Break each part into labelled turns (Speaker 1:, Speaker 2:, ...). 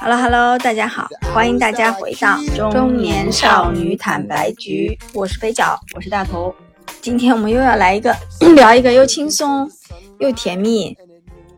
Speaker 1: Hello，Hello，大家好，欢迎大家回到
Speaker 2: 中年少女坦白局，
Speaker 1: 我是北角。
Speaker 2: 我是大头，
Speaker 1: 今天我们又要来一个 聊一个又轻松又甜蜜，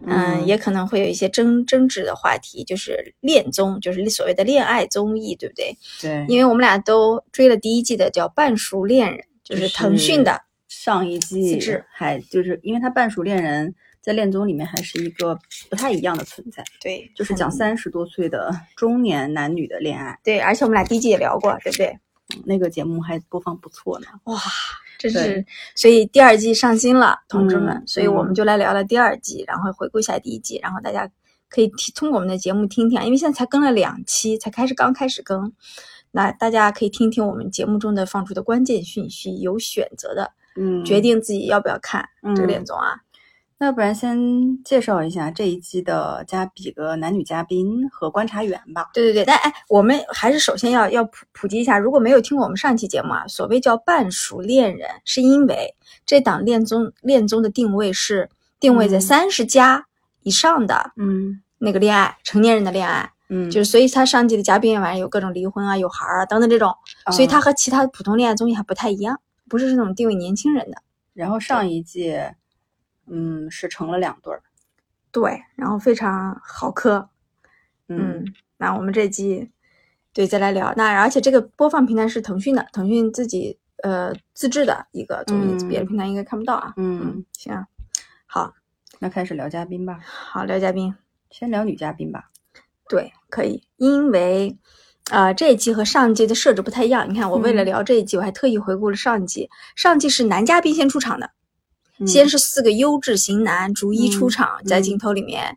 Speaker 1: 嗯，
Speaker 2: 嗯
Speaker 1: 也可能会有一些争争执的话题，就是恋综，就是所谓的恋爱综艺，对不对？
Speaker 2: 对，
Speaker 1: 因为我们俩都追了第一季的叫《半熟恋人》，就
Speaker 2: 就是是
Speaker 1: 腾讯的，
Speaker 2: 上一季
Speaker 1: 自制
Speaker 2: 还就是因为他半熟恋人在恋综里面还是一个不太一样的存在，
Speaker 1: 对，嗯
Speaker 2: 就是讲
Speaker 1: 很
Speaker 2: 三十多岁的中年男女的恋爱，
Speaker 1: 对，而且我们俩第一季也聊过，对不对？
Speaker 2: 那个节目还播放不错呢。
Speaker 1: 哇，真
Speaker 2: 对
Speaker 1: 是！所以第二季上新了，同志们，
Speaker 2: 嗯
Speaker 1: 所以我们
Speaker 2: 嗯
Speaker 1: 就来聊聊第二季，然后回顾一下第一季，然后大家可以听通过我们的节目听听啊，因为现在才更了两期，才开始刚开始更，那大家可以听听我们节目中的放出的关键讯息，有选择的，
Speaker 2: 嗯
Speaker 1: 决定自己要不要看、这个
Speaker 2: 嗯
Speaker 1: 恋综啊。
Speaker 2: 那要不然先介绍一下这一季的嘉几个男女嘉宾和观察员吧。
Speaker 1: 对对对，但哎，我们还是首先要要普普及一下，如果没有听过我们上期节目啊，所谓叫半熟恋人，是因为这档恋综恋综的定位是定位在
Speaker 2: 嗯
Speaker 1: 三十加以上的
Speaker 2: 嗯
Speaker 1: 那个恋爱，成年人的恋爱，
Speaker 2: 嗯
Speaker 1: 就是所以他上季的嘉宾反正有各种离婚啊、有孩儿啊等等这种，所以他
Speaker 2: 啊
Speaker 1: 和其他普通恋爱综艺还不太一样，不是那种定位年轻人的。
Speaker 2: 然后上一季，嗯，是成了两对儿。
Speaker 1: 对，然后非常好磕，嗯，那我们这期对再来聊。那而且这个播放平台是腾讯的，腾讯自己呃自制的一个综艺，
Speaker 2: 嗯
Speaker 1: 别的平台应该看不到啊。
Speaker 2: 嗯，
Speaker 1: 行啊，好
Speaker 2: 那开始聊嘉宾吧，
Speaker 1: 好聊嘉宾，
Speaker 2: 先聊女嘉宾吧。
Speaker 1: 对，可以，因为。呃，这一季和上一季的设置不太一样。你看，我为了
Speaker 2: 嗯
Speaker 1: 聊这一季，我还特意回顾了上一季。上一季是男嘉宾先出场的，
Speaker 2: 嗯
Speaker 1: 先是四个优质型男逐一出
Speaker 2: 嗯
Speaker 1: 场，在
Speaker 2: 嗯
Speaker 1: 镜头里面，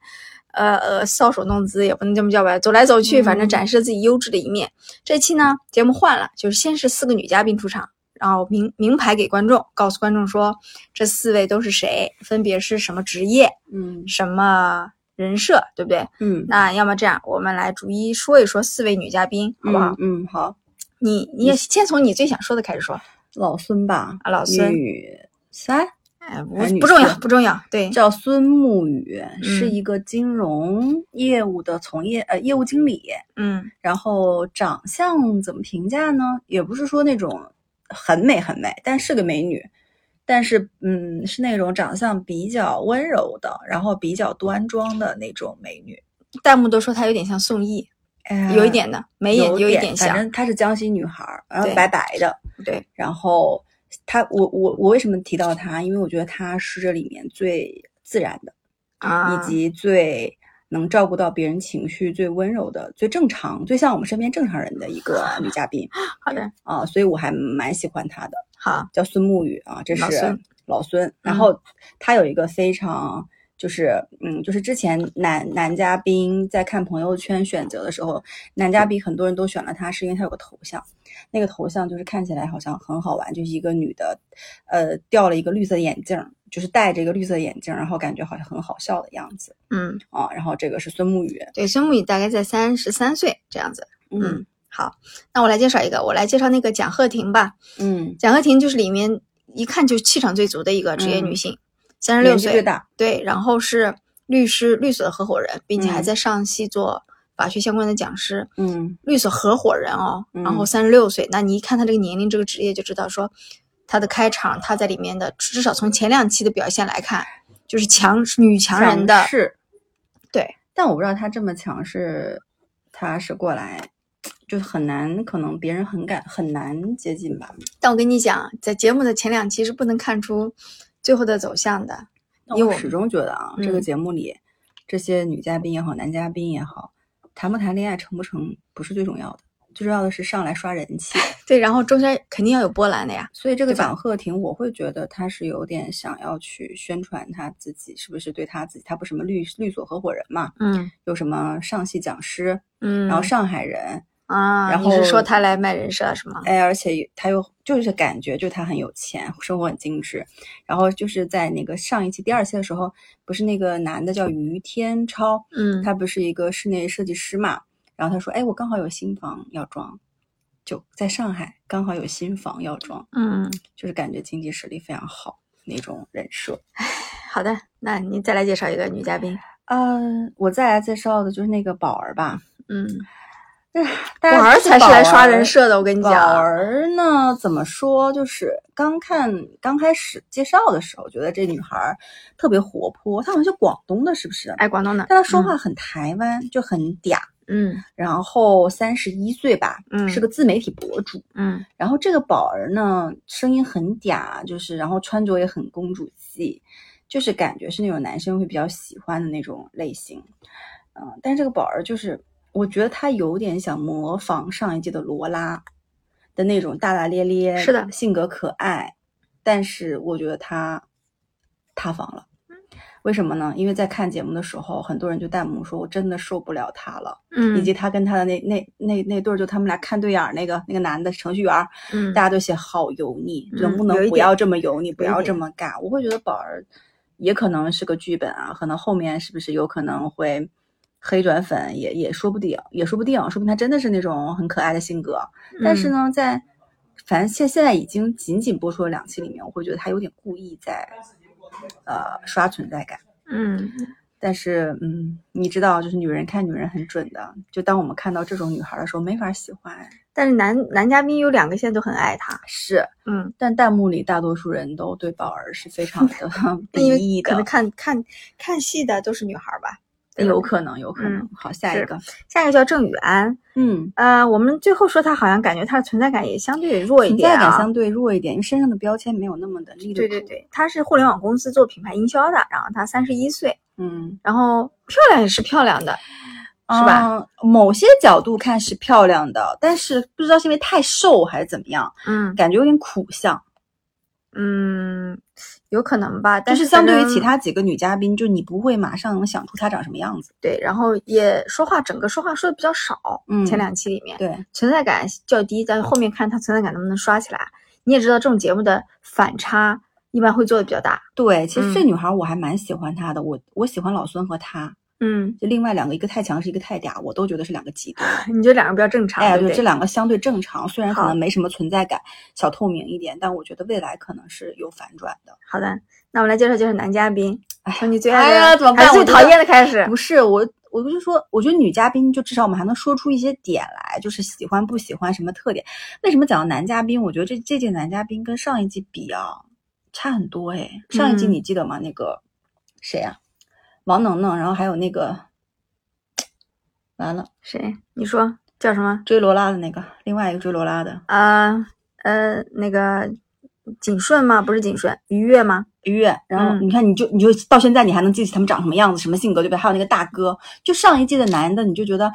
Speaker 1: 呃呃，搔首弄姿也不能这么叫吧，走来走去，反正
Speaker 2: 嗯
Speaker 1: 展示了自己优质的一面。这期呢，节目换了，就是先是四个女嘉宾出场，然后名名牌给观众，告诉观众说这四位都是谁，分别是什么职业、
Speaker 2: 嗯
Speaker 1: 什么人设，对不对？
Speaker 2: 嗯，
Speaker 1: 那要么这样，我们来逐一说一说四位女嘉宾，好不好？
Speaker 2: 嗯？嗯，好。
Speaker 1: 你你也先从你最想说的开始说
Speaker 2: 老孙吧，
Speaker 1: 啊，老孙，
Speaker 2: 女三
Speaker 1: 哎，不
Speaker 2: 还是女
Speaker 1: 不重要，
Speaker 2: 四
Speaker 1: 不重要，对，
Speaker 2: 叫孙木雨，是
Speaker 1: 嗯
Speaker 2: 一个金融业务的从业呃业务经理。
Speaker 1: 嗯
Speaker 2: 然后长相怎么评价呢？也不是说那种很美很美，但是个美女。但是，嗯，是那种长相比较温柔的，然后比较端庄的那种美女，
Speaker 1: 弹幕都说她有点像宋轶，
Speaker 2: 哎
Speaker 1: 有一点的，眉眼
Speaker 2: 有
Speaker 1: 一
Speaker 2: 点反
Speaker 1: 像，
Speaker 2: 正她是江西女孩儿，然后
Speaker 1: 对
Speaker 2: 白白的，
Speaker 1: 对，
Speaker 2: 然后她，我我我为什么提到她？因为我觉得她是这里面最自然的，
Speaker 1: 啊，
Speaker 2: 以及最能照顾到别人情绪、最温柔的、最正常、最像我们身边正常人的一个女嘉宾
Speaker 1: 好的，
Speaker 2: 啊，所以我还蛮喜欢她的，
Speaker 1: 好，
Speaker 2: 叫孙沐雨啊，这是
Speaker 1: 老孙嗯
Speaker 2: 老孙然后她有一个非常。就是，嗯，就是之前男男嘉宾在看朋友圈选择的时候，男嘉宾很多人都选了他，是因为他有个头像，那个头像就是看起来好像很好玩，就是一个女的，呃，掉了一个绿色眼镜儿，就是戴着一个绿色眼镜儿，然后感觉好像很好笑的样子
Speaker 1: 嗯，
Speaker 2: 啊。然后这个是孙沐雨，
Speaker 1: 对，孙沐雨大概在三十三岁这样子。嗯好，那我来介绍一个，我来介绍那个蒋鹤婷吧。
Speaker 2: 嗯，
Speaker 1: 蒋鹤婷就是里面一看就气场最足的一个职业女
Speaker 2: 嗯
Speaker 1: 性，三十
Speaker 2: 年
Speaker 1: 六
Speaker 2: 纪最
Speaker 1: 岁，
Speaker 2: 大，
Speaker 1: 对，然后是律师律所的合伙人，并且还
Speaker 2: 嗯
Speaker 1: 在上戏做法学相关的讲师。
Speaker 2: 嗯
Speaker 1: 律所合伙人哦，然后
Speaker 2: 嗯
Speaker 1: 三十六岁，那你一看他这个年龄、这个职业，就知道说他的开场，他在里面的至少从前两期的表现来看，就是强女强人的，
Speaker 2: 是，
Speaker 1: 对，
Speaker 2: 但我不知道他这么强势，他是过来就很难，可能别人很感很难接近吧。
Speaker 1: 但我跟你讲，在节目的前两期是不能看出最后的走向的，
Speaker 2: 但
Speaker 1: 因为
Speaker 2: 我
Speaker 1: 我
Speaker 2: 始终觉得啊，
Speaker 1: 嗯
Speaker 2: 这个节目里这些女嘉宾也好，男嘉宾也好，谈不谈恋爱成不成不是最重要的，最重要的是上来刷人气。
Speaker 1: 对，然后中间肯定要有波澜的呀，
Speaker 2: 所以这个
Speaker 1: 对吧
Speaker 2: 蒋鹤婷，我会觉得她是有点想要去宣传她自己，是不是对她自己？她不是什么律律所合伙人嘛，
Speaker 1: 嗯
Speaker 2: 有什么上戏讲师，
Speaker 1: 嗯，
Speaker 2: 然后上海人，
Speaker 1: 啊，
Speaker 2: 然
Speaker 1: 你
Speaker 2: 后
Speaker 1: 是说他来卖人设是吗？
Speaker 2: 哎，而且她又就是感觉就她很有钱，生活很精致。然后就是在那个上一期第二期的时候，不是那个男的叫于天超，
Speaker 1: 嗯，
Speaker 2: 他不是一个室内设计师嘛，然后他说，哎，我刚好有新房要装，就在上海刚好有新房要装，
Speaker 1: 嗯，
Speaker 2: 就是感觉经济实力非常好那种人设。
Speaker 1: 好的，那你再来介绍一个女嘉宾，
Speaker 2: 呃，我再来介绍的就是那个宝儿吧。
Speaker 1: 嗯，
Speaker 2: 大家
Speaker 1: 宝儿
Speaker 2: 知
Speaker 1: 才是
Speaker 2: 宝
Speaker 1: 来刷
Speaker 2: 儿
Speaker 1: 人设的，我跟你
Speaker 2: 宝
Speaker 1: 讲。
Speaker 2: 儿呢，怎么说？就是刚看刚开始介绍的时候，觉得这女孩儿特别活泼，她好像是广东的，是不是？
Speaker 1: 哎，广东的，
Speaker 2: 但她说话很台湾，就很嗲。
Speaker 1: 嗯
Speaker 2: 然后三十一岁吧，
Speaker 1: 嗯
Speaker 2: 是个自媒体博主。
Speaker 1: 嗯
Speaker 2: 然后这个宝儿呢，声音很嗲，就是然后穿着也很公主气，就是感觉是那种男生会比较喜欢的那种类型。嗯，但这个宝儿就是，我觉得她有点想模仿上一届的罗拉的那种大大咧咧，
Speaker 1: 是的
Speaker 2: 性格可爱，但是我觉得她塌房了。
Speaker 1: 嗯
Speaker 2: 为什么呢？因为在看节目的时候，很多人就弹幕说：“我真的受不了她了。”
Speaker 1: 嗯，
Speaker 2: 以及他跟他的那那那那对儿，就他们俩看对眼儿那个那个男的程序员儿，
Speaker 1: 嗯
Speaker 2: 大家都写好油腻，
Speaker 1: 嗯
Speaker 2: 能
Speaker 1: 有
Speaker 2: 不
Speaker 1: 一
Speaker 2: 能不
Speaker 1: 点
Speaker 2: 要这么油腻，不
Speaker 1: 有一
Speaker 2: 要这
Speaker 1: 点
Speaker 2: 么尬？我会觉得宝儿也可能是个剧本啊，可能后面是不是有可能会黑转粉也也说不定，也说不定，说不定他真的是那种很可爱的性格。但是
Speaker 1: 嗯，
Speaker 2: 呢，在反正现现在已经仅仅播出了两期里面，我会觉得他有点故意在呃刷存在感。
Speaker 1: 嗯，
Speaker 2: 但是，嗯，你知道，就是女人看女人很准的。就当我们看到这种女孩的时候，没法喜欢。
Speaker 1: 但是男男嘉宾有两个现在都很爱他，
Speaker 2: 是，
Speaker 1: 嗯，
Speaker 2: 但弹幕里大多数人都对宝儿是非常的
Speaker 1: 因
Speaker 2: 鄙夷
Speaker 1: 为可能
Speaker 2: 的。
Speaker 1: 看看看戏的都是女孩儿吧。对吧
Speaker 2: 有可能，有可能。好，下
Speaker 1: 嗯
Speaker 2: 一
Speaker 1: 是
Speaker 2: 个，
Speaker 1: 下一个叫郑雨安，
Speaker 2: 嗯，
Speaker 1: 呃，我们最后说她好像感觉她的存在感也相对弱一
Speaker 2: 存
Speaker 1: 点、啊，
Speaker 2: 在感相对弱一点，因为身上的标签没有那么的立
Speaker 1: 对
Speaker 2: 得住。
Speaker 1: 对，对，她是互联网公司做品牌营销的，然后她三十一岁，
Speaker 2: 嗯，
Speaker 1: 然后漂亮也是漂亮的，是吧？
Speaker 2: 嗯？某些角度看是漂亮的，但是不知道是因为太瘦还是怎么样，
Speaker 1: 嗯
Speaker 2: 感觉有点苦相。
Speaker 1: 嗯，有可能吧，
Speaker 2: 就
Speaker 1: 但
Speaker 2: 是相对于
Speaker 1: 反
Speaker 2: 其
Speaker 1: 正
Speaker 2: 他几个女嘉宾，就你不会马上能想出她长什么样子。
Speaker 1: 对，然后也说话整个说话说的比较少，
Speaker 2: 嗯
Speaker 1: 前两期里面
Speaker 2: 对，
Speaker 1: 存在感较低，但后面看她存在感能不能刷起来。你也知道这种节目的反差一般会做的比较大，
Speaker 2: 对，其实这
Speaker 1: 嗯
Speaker 2: 女孩我还蛮喜欢她的，我我喜欢老孙和她，
Speaker 1: 嗯，
Speaker 2: 就另外两个，一个太强势，一个太嗲，我都觉得是两个极端。
Speaker 1: 你觉得两个比较正常，
Speaker 2: 哎呀，
Speaker 1: 啊对
Speaker 2: 对，
Speaker 1: 不
Speaker 2: 这
Speaker 1: 对？
Speaker 2: 两个相对正常，虽然可
Speaker 1: 好
Speaker 2: 能没什么存在感，小透明一点，但我觉得未来可能是有反转的。
Speaker 1: 好的，那我们来介绍介绍男嘉宾，
Speaker 2: 哎呀
Speaker 1: 从你最爱
Speaker 2: 哎
Speaker 1: 的，
Speaker 2: 呀怎么
Speaker 1: 还是
Speaker 2: 办
Speaker 1: 最
Speaker 2: 我觉
Speaker 1: 讨
Speaker 2: 得
Speaker 1: 厌的开始，
Speaker 2: 不是我，我就说，我觉得女嘉宾就至少我们还能说出一些点来，就是喜欢不喜欢什么特点。为什么讲到男嘉宾？我觉得这这届男嘉宾跟上一季比啊，差很多哎。上一季
Speaker 1: 嗯
Speaker 2: 你记得吗？那个谁呀、王能能，然后还有那个完了
Speaker 1: 谁？你说叫什么？
Speaker 2: 追罗拉的那个，另外一个追罗拉的
Speaker 1: 啊呃，那个景顺吗？不是景顺，愉悦吗？
Speaker 2: 于越。然后
Speaker 1: 嗯
Speaker 2: 你看，你就你就到现在你还能记起他们长什么样子、什么性格，对不对？还有那个大哥，就上一季的男的，你就觉得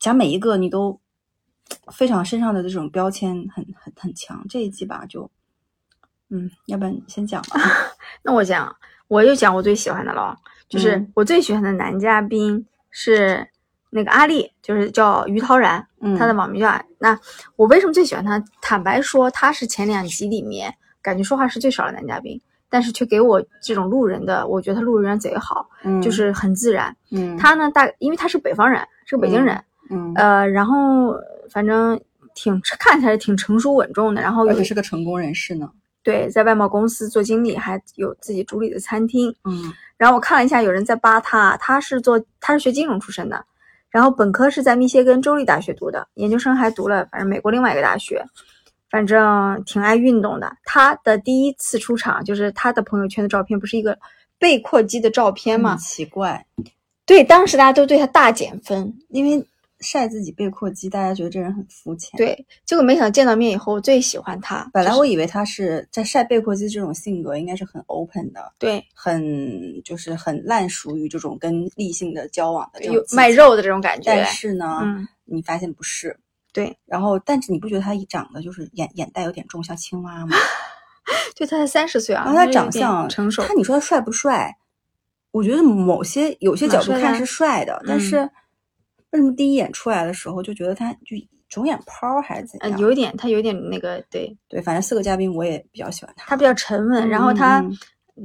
Speaker 2: 讲每一个你都非常身上的这种标签很很很强。这一季吧，就嗯，要不然你先讲吧。
Speaker 1: 那我讲，我又讲我最喜欢的喽，就是
Speaker 2: 嗯
Speaker 1: 我最喜欢的男嘉宾是那个阿丽，就是叫于涛然，
Speaker 2: 嗯，
Speaker 1: 他的网名叫。那我为什么最喜欢他？坦白说，他是前两集里面感觉说话是最少的男嘉宾，但是却给我这种路人的，我觉得他路人缘贼好，
Speaker 2: 嗯
Speaker 1: 就是很自然。
Speaker 2: 嗯
Speaker 1: 他呢，大因为他是北方人，是个北京人，
Speaker 2: 嗯，
Speaker 1: 呃，然后反正挺看起来挺成熟稳重的，然后
Speaker 2: 而
Speaker 1: 有
Speaker 2: 且是个成功人士呢。
Speaker 1: 对在外贸公司做经理，还有自己主理的餐厅。
Speaker 2: 嗯
Speaker 1: 然后我看了一下，有人在扒他，啊他是做他是学金融出身的，然后本科是在密歇根州立大学读的，研究生还读了反正美国另外一个大学，反正挺爱运动的。他的第一次出场就是他的朋友圈的照片，不是一个背阔肌的照片吗？
Speaker 2: 很奇怪，
Speaker 1: 对，当时大家都对他大减分，因为
Speaker 2: 晒自己背阔肌，大家觉得这人很肤浅。。
Speaker 1: 对，结果没想到见到面以后，我最喜欢他。
Speaker 2: 本来
Speaker 1: 就是
Speaker 2: 我以为他是在晒背阔肌这种性格，应该是很 open 的，
Speaker 1: 对
Speaker 2: 很就是很烂熟于这种跟异性的交往的这种
Speaker 1: 有
Speaker 2: 技
Speaker 1: 卖
Speaker 2: 巧，
Speaker 1: 肉的这种感觉，
Speaker 2: 但是啊呢，
Speaker 1: 嗯，
Speaker 2: 你发现不是。
Speaker 1: 对，
Speaker 2: 然后，但是你不觉得他一长得就是眼眼袋有点重，像青蛙吗？
Speaker 1: 对，他才三十岁啊，
Speaker 2: 然后他
Speaker 1: 就有
Speaker 2: 长
Speaker 1: 点
Speaker 2: 相
Speaker 1: 成熟
Speaker 2: 他，你说他帅不帅？我觉得某些有些角
Speaker 1: 蛮
Speaker 2: 度
Speaker 1: 帅的
Speaker 2: 看
Speaker 1: 啊
Speaker 2: 是帅的，但
Speaker 1: 嗯
Speaker 2: 是为什么第一眼出来的时候就觉得他就肿眼泡儿还是怎
Speaker 1: 呃，
Speaker 2: 样？
Speaker 1: 有一点他有一点那个，对
Speaker 2: 对，反正四个嘉宾我也比较喜欢他。
Speaker 1: 他比较沉稳，然后他
Speaker 2: 嗯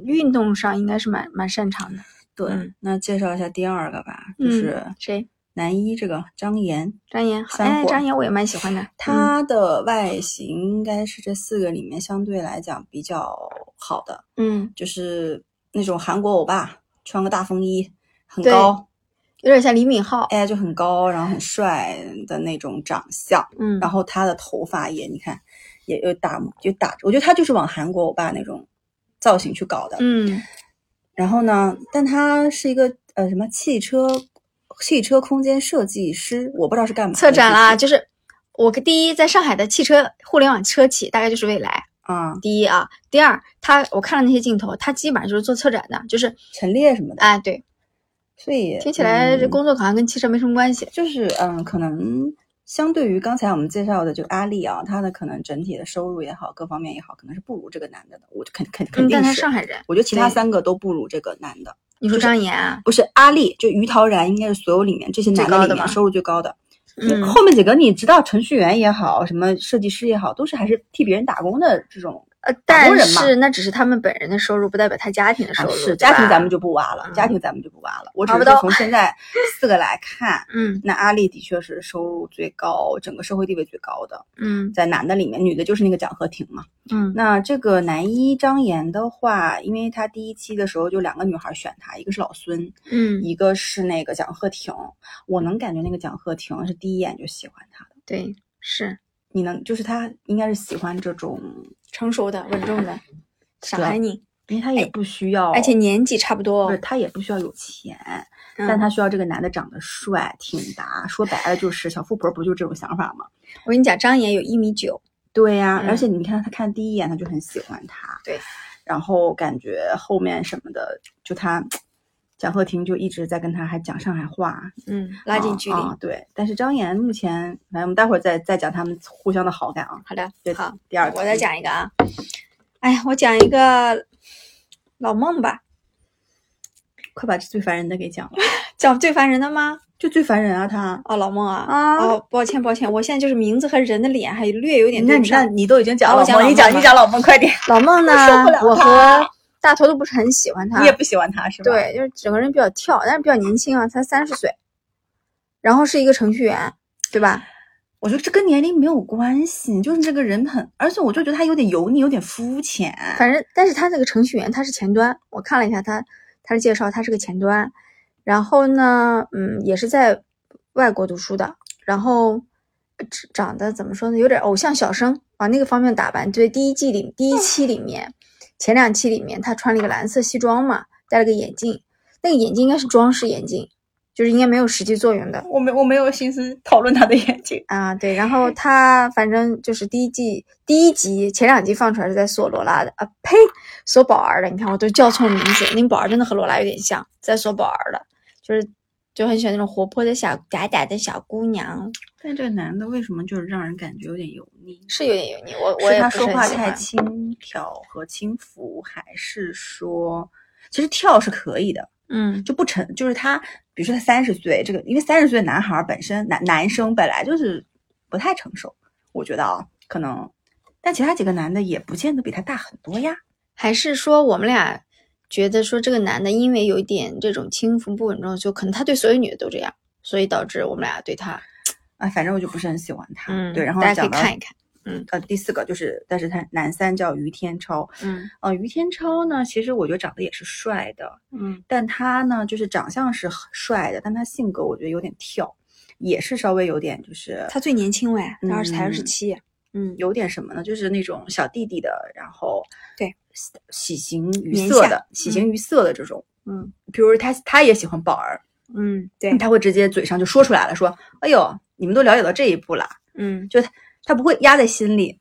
Speaker 1: 运动上应该是蛮蛮擅长的。
Speaker 2: 对，
Speaker 1: 嗯
Speaker 2: 那介绍一下第二个吧，就是
Speaker 1: 嗯谁？
Speaker 2: 男一这个张岩，
Speaker 1: 张岩，好
Speaker 2: 三
Speaker 1: 哎，
Speaker 2: 火
Speaker 1: 张岩我也蛮喜欢的。嗯
Speaker 2: 他的外形应该是这四个里面相对来讲比较好的，
Speaker 1: 嗯
Speaker 2: 就是那种韩国欧巴，穿个大风衣，很高，
Speaker 1: 有点像李敏镐。
Speaker 2: 哎，就很高，然后很帅的那种长相。
Speaker 1: 嗯，
Speaker 2: 然后他的头发也，你看，也有打就打，我觉得他就是往韩国欧巴那种造型去搞的。
Speaker 1: 嗯
Speaker 2: 然后呢，但他是一个呃什么汽车汽车空间设计师，我不知道是干嘛的
Speaker 1: 策展啦、
Speaker 2: 其实
Speaker 1: 就是我第一在上海的汽车互联网车企大概就是蔚来，
Speaker 2: 啊，
Speaker 1: 第一啊，第二他我看了那些镜头，他基本上就是做策展的，就是
Speaker 2: 陈列什么的，
Speaker 1: 哎对，
Speaker 2: 所以
Speaker 1: 听起来这
Speaker 2: 嗯
Speaker 1: 工作好像跟汽车没什么关系。
Speaker 2: 就是嗯，可能相对于刚才我们介绍的这个阿丽啊，她的可能整体的收入也好，各方面也好，可能是不如这个男的的。我就肯肯肯
Speaker 1: 嗯，但
Speaker 2: 定
Speaker 1: 他
Speaker 2: 是，
Speaker 1: 上海人，
Speaker 2: 我觉得其他
Speaker 1: 对
Speaker 2: 三个都不如这个男的。
Speaker 1: 你说
Speaker 2: 就是
Speaker 1: 张岩啊？
Speaker 2: 不是阿丽，就于陶然应该是所有里面这些
Speaker 1: 最
Speaker 2: 男
Speaker 1: 高
Speaker 2: 的
Speaker 1: 的
Speaker 2: 里面
Speaker 1: 吧
Speaker 2: 收入最高的。
Speaker 1: 嗯，
Speaker 2: 后面几个你知道，程序员也好，什么设计师也好，都是还是替别人打工的这种。
Speaker 1: 呃，
Speaker 2: 打
Speaker 1: 但
Speaker 2: 工人嘛
Speaker 1: 是那只是他们本人的收入，不代表他家庭的收
Speaker 2: 啊
Speaker 1: 入。
Speaker 2: 是
Speaker 1: 对吧
Speaker 2: 家庭咱们就不挖了，
Speaker 1: 嗯
Speaker 2: 家庭咱们就不挖了。我只
Speaker 1: 挖不
Speaker 2: 是说
Speaker 1: 到
Speaker 2: 从现在四个来看，
Speaker 1: 嗯
Speaker 2: 那阿丽的确是收入最高，整个社会地位最高的，
Speaker 1: 嗯
Speaker 2: 在男的里面，女的就是那个蒋和婷嘛。
Speaker 1: 嗯
Speaker 2: 那这个男一张岩的话，因为他第一期的时候就两个女孩选他，一个是老孙，
Speaker 1: 嗯，
Speaker 2: 一个是那个蒋鹤婷。我能感觉那个蒋鹤婷是第一眼就喜欢他的，
Speaker 1: 对，是
Speaker 2: 你能就是他应该是喜欢这种，
Speaker 1: 成熟的、稳重的，哦想
Speaker 2: 对
Speaker 1: 喊你，
Speaker 2: 因为他也不需要，
Speaker 1: 哎而且年纪差不多
Speaker 2: 不是
Speaker 1: 哦。
Speaker 2: 他也不需要有钱，
Speaker 1: 嗯
Speaker 2: 但他需要这个男的长得帅、挺拔。说白了就是小富婆，不就这种想法吗？
Speaker 1: 我跟你讲，张岩有一米九，
Speaker 2: 对呀、
Speaker 1: 嗯
Speaker 2: 而且你看他看第一眼他就很喜欢他，
Speaker 1: 对，
Speaker 2: 然后感觉后面什么的，就他蒋鹤婷就一直在跟他还讲上海话，
Speaker 1: 嗯，拉近
Speaker 2: 啊
Speaker 1: 距离。
Speaker 2: 啊对，但是张岩目前，反正我们待会儿再再讲他们互相的好感啊。
Speaker 1: 好的
Speaker 2: 对，
Speaker 1: 好，
Speaker 2: 第二
Speaker 1: 我再
Speaker 2: 集
Speaker 1: 讲一个啊。哎呀，我讲一个老孟吧，
Speaker 2: 快把最烦人的给讲了，
Speaker 1: 讲最烦人的吗？
Speaker 2: 就最烦人啊他。
Speaker 1: 哦，老孟啊，
Speaker 2: 啊
Speaker 1: 哦，抱歉抱歉，我现在就是名字和人的脸还略有 点
Speaker 2: 那
Speaker 1: 对不
Speaker 2: 你那
Speaker 1: 上。
Speaker 2: 你都已经讲
Speaker 1: 啊
Speaker 2: 了，
Speaker 1: 我讲
Speaker 2: 我
Speaker 1: 老
Speaker 2: 你
Speaker 1: 孟
Speaker 2: 讲
Speaker 1: 吧
Speaker 2: 你讲老孟快点，
Speaker 1: 老孟呢
Speaker 2: 我受不了，
Speaker 1: 我
Speaker 2: 他
Speaker 1: 和大头都不是很喜欢他，
Speaker 2: 你也不喜欢他是吧？
Speaker 1: 啊对，就是整个人比较跳，但是比较年轻啊，才三十岁，然后是一个程序员，对吧？
Speaker 2: 我觉得这跟年龄没有关系，就是这个人很，而且我就觉得他有点油腻，有点肤浅。
Speaker 1: 反正，但是他这个程序员他是前端，我看了一下他他的介绍，他是个前端，然后呢，嗯，也是在外国读书的，然后呃长得怎么说呢，有点偶像小生，往那个方面打扮。对，第一季里第一期里面，前两期里面他穿了一个蓝色西装嘛，戴了个眼镜，那个眼镜应该是装饰眼镜，就是应该没有实际作用的。
Speaker 2: 我没我没有心思讨论他的眼睛。
Speaker 1: 啊，对，然后他反正就是第一季第一集前两集放出来是在索罗拉的啊，呸，索宝儿的，你看我都叫错名字，那个宝儿真的和罗拉有点像，在索宝儿的，就是就很喜欢那种活泼的小嗲嗲的小姑娘，
Speaker 2: 但这个男的为什么就是让人感觉有点油腻？
Speaker 1: 是有点油腻，我我
Speaker 2: 是
Speaker 1: 也
Speaker 2: 他
Speaker 1: 不是
Speaker 2: 说
Speaker 1: 很
Speaker 2: 话
Speaker 1: 喜
Speaker 2: 太
Speaker 1: 欢
Speaker 2: 轻佻和轻浮，还是说，其实跳是可以的，
Speaker 1: 嗯
Speaker 2: 就不成，就是他，比如说他三十岁这个，因为三十岁的男孩儿本身男男生本来就是不太成熟，我觉得啊，可能，但其他几个男的也不见得比他大很多呀。
Speaker 1: 还是说我们俩觉得说这个男的因为有一点这种轻浮不稳重，就可能他对所有女的都这样，所以导致我们俩对他，
Speaker 2: 啊，反正我就不是很喜欢他。
Speaker 1: 嗯，
Speaker 2: 对，然后
Speaker 1: 大家可
Speaker 2: 讲
Speaker 1: 以
Speaker 2: 到
Speaker 1: 看一看，
Speaker 2: 呃第四个就是，但是他男三叫于天超，
Speaker 1: 嗯
Speaker 2: 呃，于天超呢，其实我觉得长得也是帅的，
Speaker 1: 嗯
Speaker 2: 但他呢，就是长相是很帅的，但他性格我觉得有点跳，也是稍微有点就是
Speaker 1: 他最年轻喂，他二十才
Speaker 2: 嗯
Speaker 1: 二十七，嗯，
Speaker 2: 有点什么呢？就是那种小弟弟的，然后
Speaker 1: 对
Speaker 2: 喜喜形于
Speaker 1: 年
Speaker 2: 色
Speaker 1: 下
Speaker 2: 的，喜形于色的这种。
Speaker 1: 嗯
Speaker 2: 比如他他也喜欢宝儿，
Speaker 1: 嗯，对，
Speaker 2: 他会直接嘴上就说出来了，说：“哎呦，你们都了解到这一步了。
Speaker 1: 嗯”
Speaker 2: 就他他不会压在心里，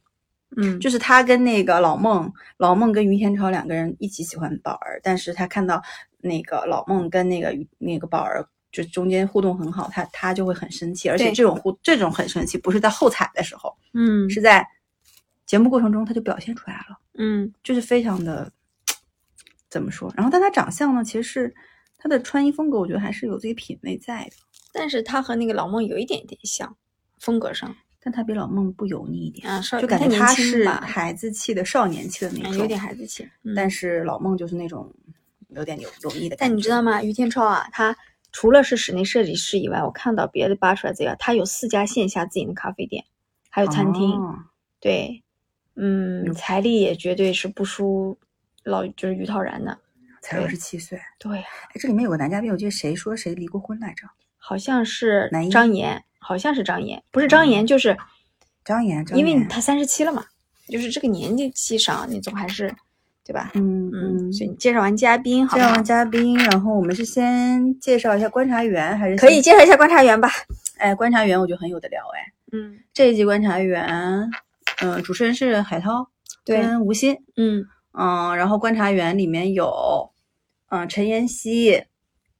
Speaker 1: 嗯，
Speaker 2: 就是他跟那个老孟，老孟跟于天超两个人一起喜欢宝儿，但是他看到那个老孟跟那个于那个宝儿就中间互动很好，他他就会很生气，而且
Speaker 1: 对
Speaker 2: 这种互这种很生气不是在后采的时候，
Speaker 1: 嗯
Speaker 2: 是在节目过程中他就表现出来了，
Speaker 1: 嗯
Speaker 2: 就是非常的怎么说？然后但他长相呢，其实是他的穿衣风格，我觉得还是有自己品味在的，
Speaker 1: 但是他和那个老孟有一点点像，风格上
Speaker 2: 但他比老孟不油腻一点，
Speaker 1: 啊，稍
Speaker 2: 就感觉
Speaker 1: 太年
Speaker 2: 他
Speaker 1: 轻
Speaker 2: 是
Speaker 1: 吧
Speaker 2: 孩子气的少年气的那
Speaker 1: 啊
Speaker 2: 种，
Speaker 1: 有点孩子气。嗯
Speaker 2: 但是老孟就是那种有点油油腻的感觉。
Speaker 1: 但你知道吗？于天超啊，他除了是室内设计师以外，我看到别的扒出来资料，他有四家线下自营的咖啡店，还有餐厅。
Speaker 2: 哦
Speaker 1: 对，嗯，财力也绝对是不输老就是于陶然的。
Speaker 2: 才二十七岁。
Speaker 1: 对，
Speaker 2: 哎，这里面有个男嘉宾，我记得谁说谁离过婚来着？
Speaker 1: 好像是
Speaker 2: 男一
Speaker 1: 张岩，好像是张岩，不是张岩就是
Speaker 2: 张岩，张
Speaker 1: 因为
Speaker 2: 岩
Speaker 1: 他三十七了嘛，就是这个年纪上，你总还是对吧？
Speaker 2: 嗯
Speaker 1: 嗯，所以你介绍完嘉宾好
Speaker 2: 介
Speaker 1: 吗，
Speaker 2: 绍完嘉宾，然后我们是先介绍一下观察员，还是
Speaker 1: 可以
Speaker 2: 先？
Speaker 1: 介绍一下观察员吧。
Speaker 2: 哎，观察员我觉得很有的聊哎。
Speaker 1: 嗯，
Speaker 2: 这一季观察员，嗯、主持人是海涛
Speaker 1: 对，
Speaker 2: 跟吴昕，
Speaker 1: 嗯，
Speaker 2: 嗯、然后观察员里面有，嗯、陈妍希、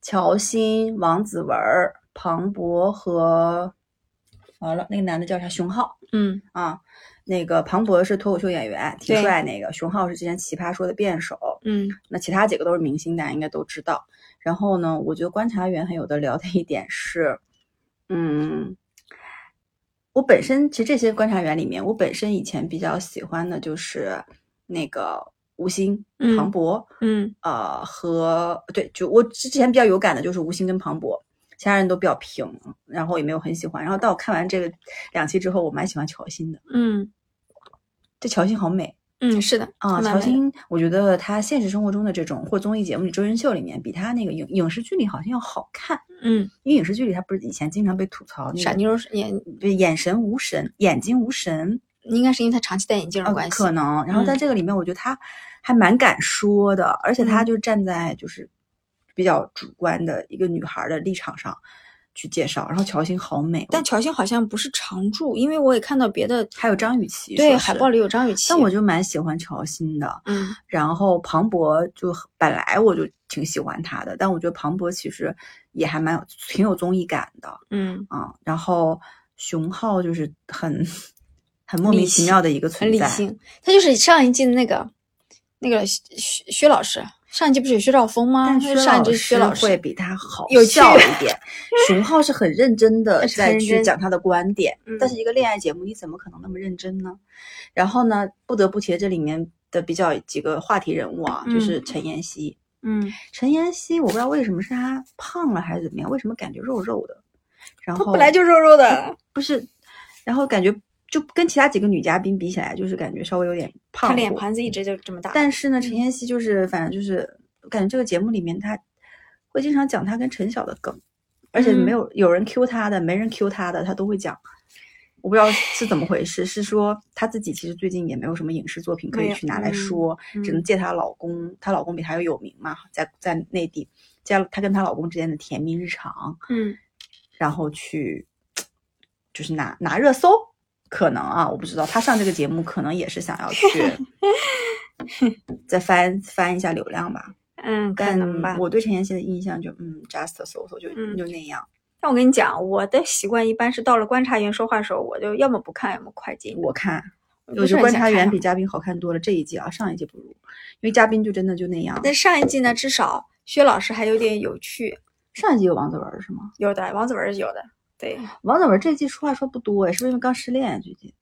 Speaker 2: 乔欣、王子文、庞博和，完了那个男的叫啥？熊浩
Speaker 1: 嗯，
Speaker 2: 啊，那个庞博是脱口秀演员，挺
Speaker 1: 对
Speaker 2: 帅那个，熊浩是之前奇葩说的辩手，
Speaker 1: 嗯，
Speaker 2: 那其他几个都是明星，大家应该都知道。然后呢，我觉得观察员很有的聊的一点是，嗯，我本身其实这些观察员里面，我本身以前比较喜欢的就是那个吴昕、
Speaker 1: 嗯
Speaker 2: 庞博，
Speaker 1: 嗯，
Speaker 2: 呃，和对，就我之前比较有感的就是吴昕跟庞博。其他人都比较平，然后也没有很喜欢。然后到我看完这个两期之后，我蛮喜欢乔欣的。
Speaker 1: 嗯，
Speaker 2: 这乔欣好美，
Speaker 1: 嗯，是的，
Speaker 2: 啊，
Speaker 1: 慢慢
Speaker 2: 乔
Speaker 1: 来，
Speaker 2: 欣，我觉得她现实生活中的这种，或者综艺节目里、真人秀里面，比她那个影影视剧里好像要好看。
Speaker 1: 嗯，
Speaker 2: 因为影视剧里她不是以前经常被吐槽那
Speaker 1: 傻
Speaker 2: 个
Speaker 1: 妞儿是眼，
Speaker 2: 对眼神无神、眼睛无神
Speaker 1: 应该是因为她长期戴眼镜
Speaker 2: 啊
Speaker 1: 的，关系
Speaker 2: 可。能。然后在
Speaker 1: 嗯
Speaker 2: 这个里面，我觉得她还蛮敢说的，而且她
Speaker 1: 嗯
Speaker 2: 就站在就是比较主观的一个女孩的立场上去介绍。然后乔欣好美，哦
Speaker 1: 但乔欣好像不是常驻，因为我也看到别的
Speaker 2: 还有张雨绮
Speaker 1: 对
Speaker 2: 说
Speaker 1: 海
Speaker 2: 是
Speaker 1: 报里有张雨绮，
Speaker 2: 但我就蛮喜欢乔欣的。
Speaker 1: 嗯
Speaker 2: 然后庞博就很本来我就挺喜欢他的，但我觉得庞博其实也还蛮有挺有综艺感的
Speaker 1: 嗯
Speaker 2: 啊、然后熊浩就是很很莫
Speaker 1: 理
Speaker 2: 名其
Speaker 1: 性
Speaker 2: 妙的一个存
Speaker 1: 很理
Speaker 2: 在，
Speaker 1: 性，他就是上一季的那个那个薛薛薛老师，上一季不是有薛兆丰吗？
Speaker 2: 但
Speaker 1: 他
Speaker 2: 薛
Speaker 1: 上一季是薛
Speaker 2: 师
Speaker 1: 老
Speaker 2: 会
Speaker 1: 师，
Speaker 2: 比他好
Speaker 1: 有趣
Speaker 2: 笑一 点。熊浩是很认真的
Speaker 1: 是很
Speaker 2: 在
Speaker 1: 认
Speaker 2: 去
Speaker 1: 真
Speaker 2: 讲他的观点，
Speaker 1: 嗯
Speaker 2: 但是一个恋爱节目你怎么可能那么认真呢？然后呢，不得不提这里面的比较几个话题人物啊，
Speaker 1: 嗯
Speaker 2: 就是陈妍希。
Speaker 1: 嗯，
Speaker 2: 陈妍希，我不知道为什么是她胖了还是怎么样，为什么感觉肉肉的，然
Speaker 1: 他
Speaker 2: 后
Speaker 1: 本来就肉肉的，
Speaker 2: 不是，然后感觉就跟其他几个女嘉宾比起来，就是感觉稍微有点
Speaker 1: 他
Speaker 2: 胖乎。
Speaker 1: 脸盘子一直就这么大，嗯
Speaker 2: 但是呢，陈妍希就是反正就是，我感觉这个节目里面她会经常讲她跟陈晓的梗，而且
Speaker 1: 嗯
Speaker 2: 没有、有人 Q 她的，没人 Q 她的，她都会讲。我不知道是怎么回事，是说她自己其实最近也没有什么影视作品可
Speaker 1: 没
Speaker 2: 以
Speaker 1: 有
Speaker 2: 去拿来
Speaker 1: 嗯
Speaker 2: 说，只能借她老公，她老公比她要有名嘛，在在内地，借她跟她老公之间的甜蜜日常，
Speaker 1: 嗯
Speaker 2: 然后去就是拿拿热搜，可能啊，我不知道他上这个节目可能也是想 要去再翻翻一下流量吧。
Speaker 1: 嗯，可
Speaker 2: 但
Speaker 1: 能吧。
Speaker 2: 我对陈妍希的印象就嗯，just so so 就、
Speaker 1: 嗯
Speaker 2: 就那样。
Speaker 1: 但我跟你讲，我的习惯一般是到了观察员说话的时候，我就要么不看，要么快进。
Speaker 2: 我看
Speaker 1: 我
Speaker 2: 我
Speaker 1: 不
Speaker 2: 觉
Speaker 1: 是
Speaker 2: 得
Speaker 1: 很
Speaker 2: 观
Speaker 1: 想
Speaker 2: 察员
Speaker 1: 看啊
Speaker 2: 比嘉宾好看多了，这一季啊，上一季不如，因为嘉宾就真的就那样。
Speaker 1: 但上一季呢，至少薛老师还有点有趣，
Speaker 2: 上一季有王子文是吗？
Speaker 1: 有的王子文是有的，对，
Speaker 2: 王子文这一季说话说不多哎，是不是因为刚失恋最近？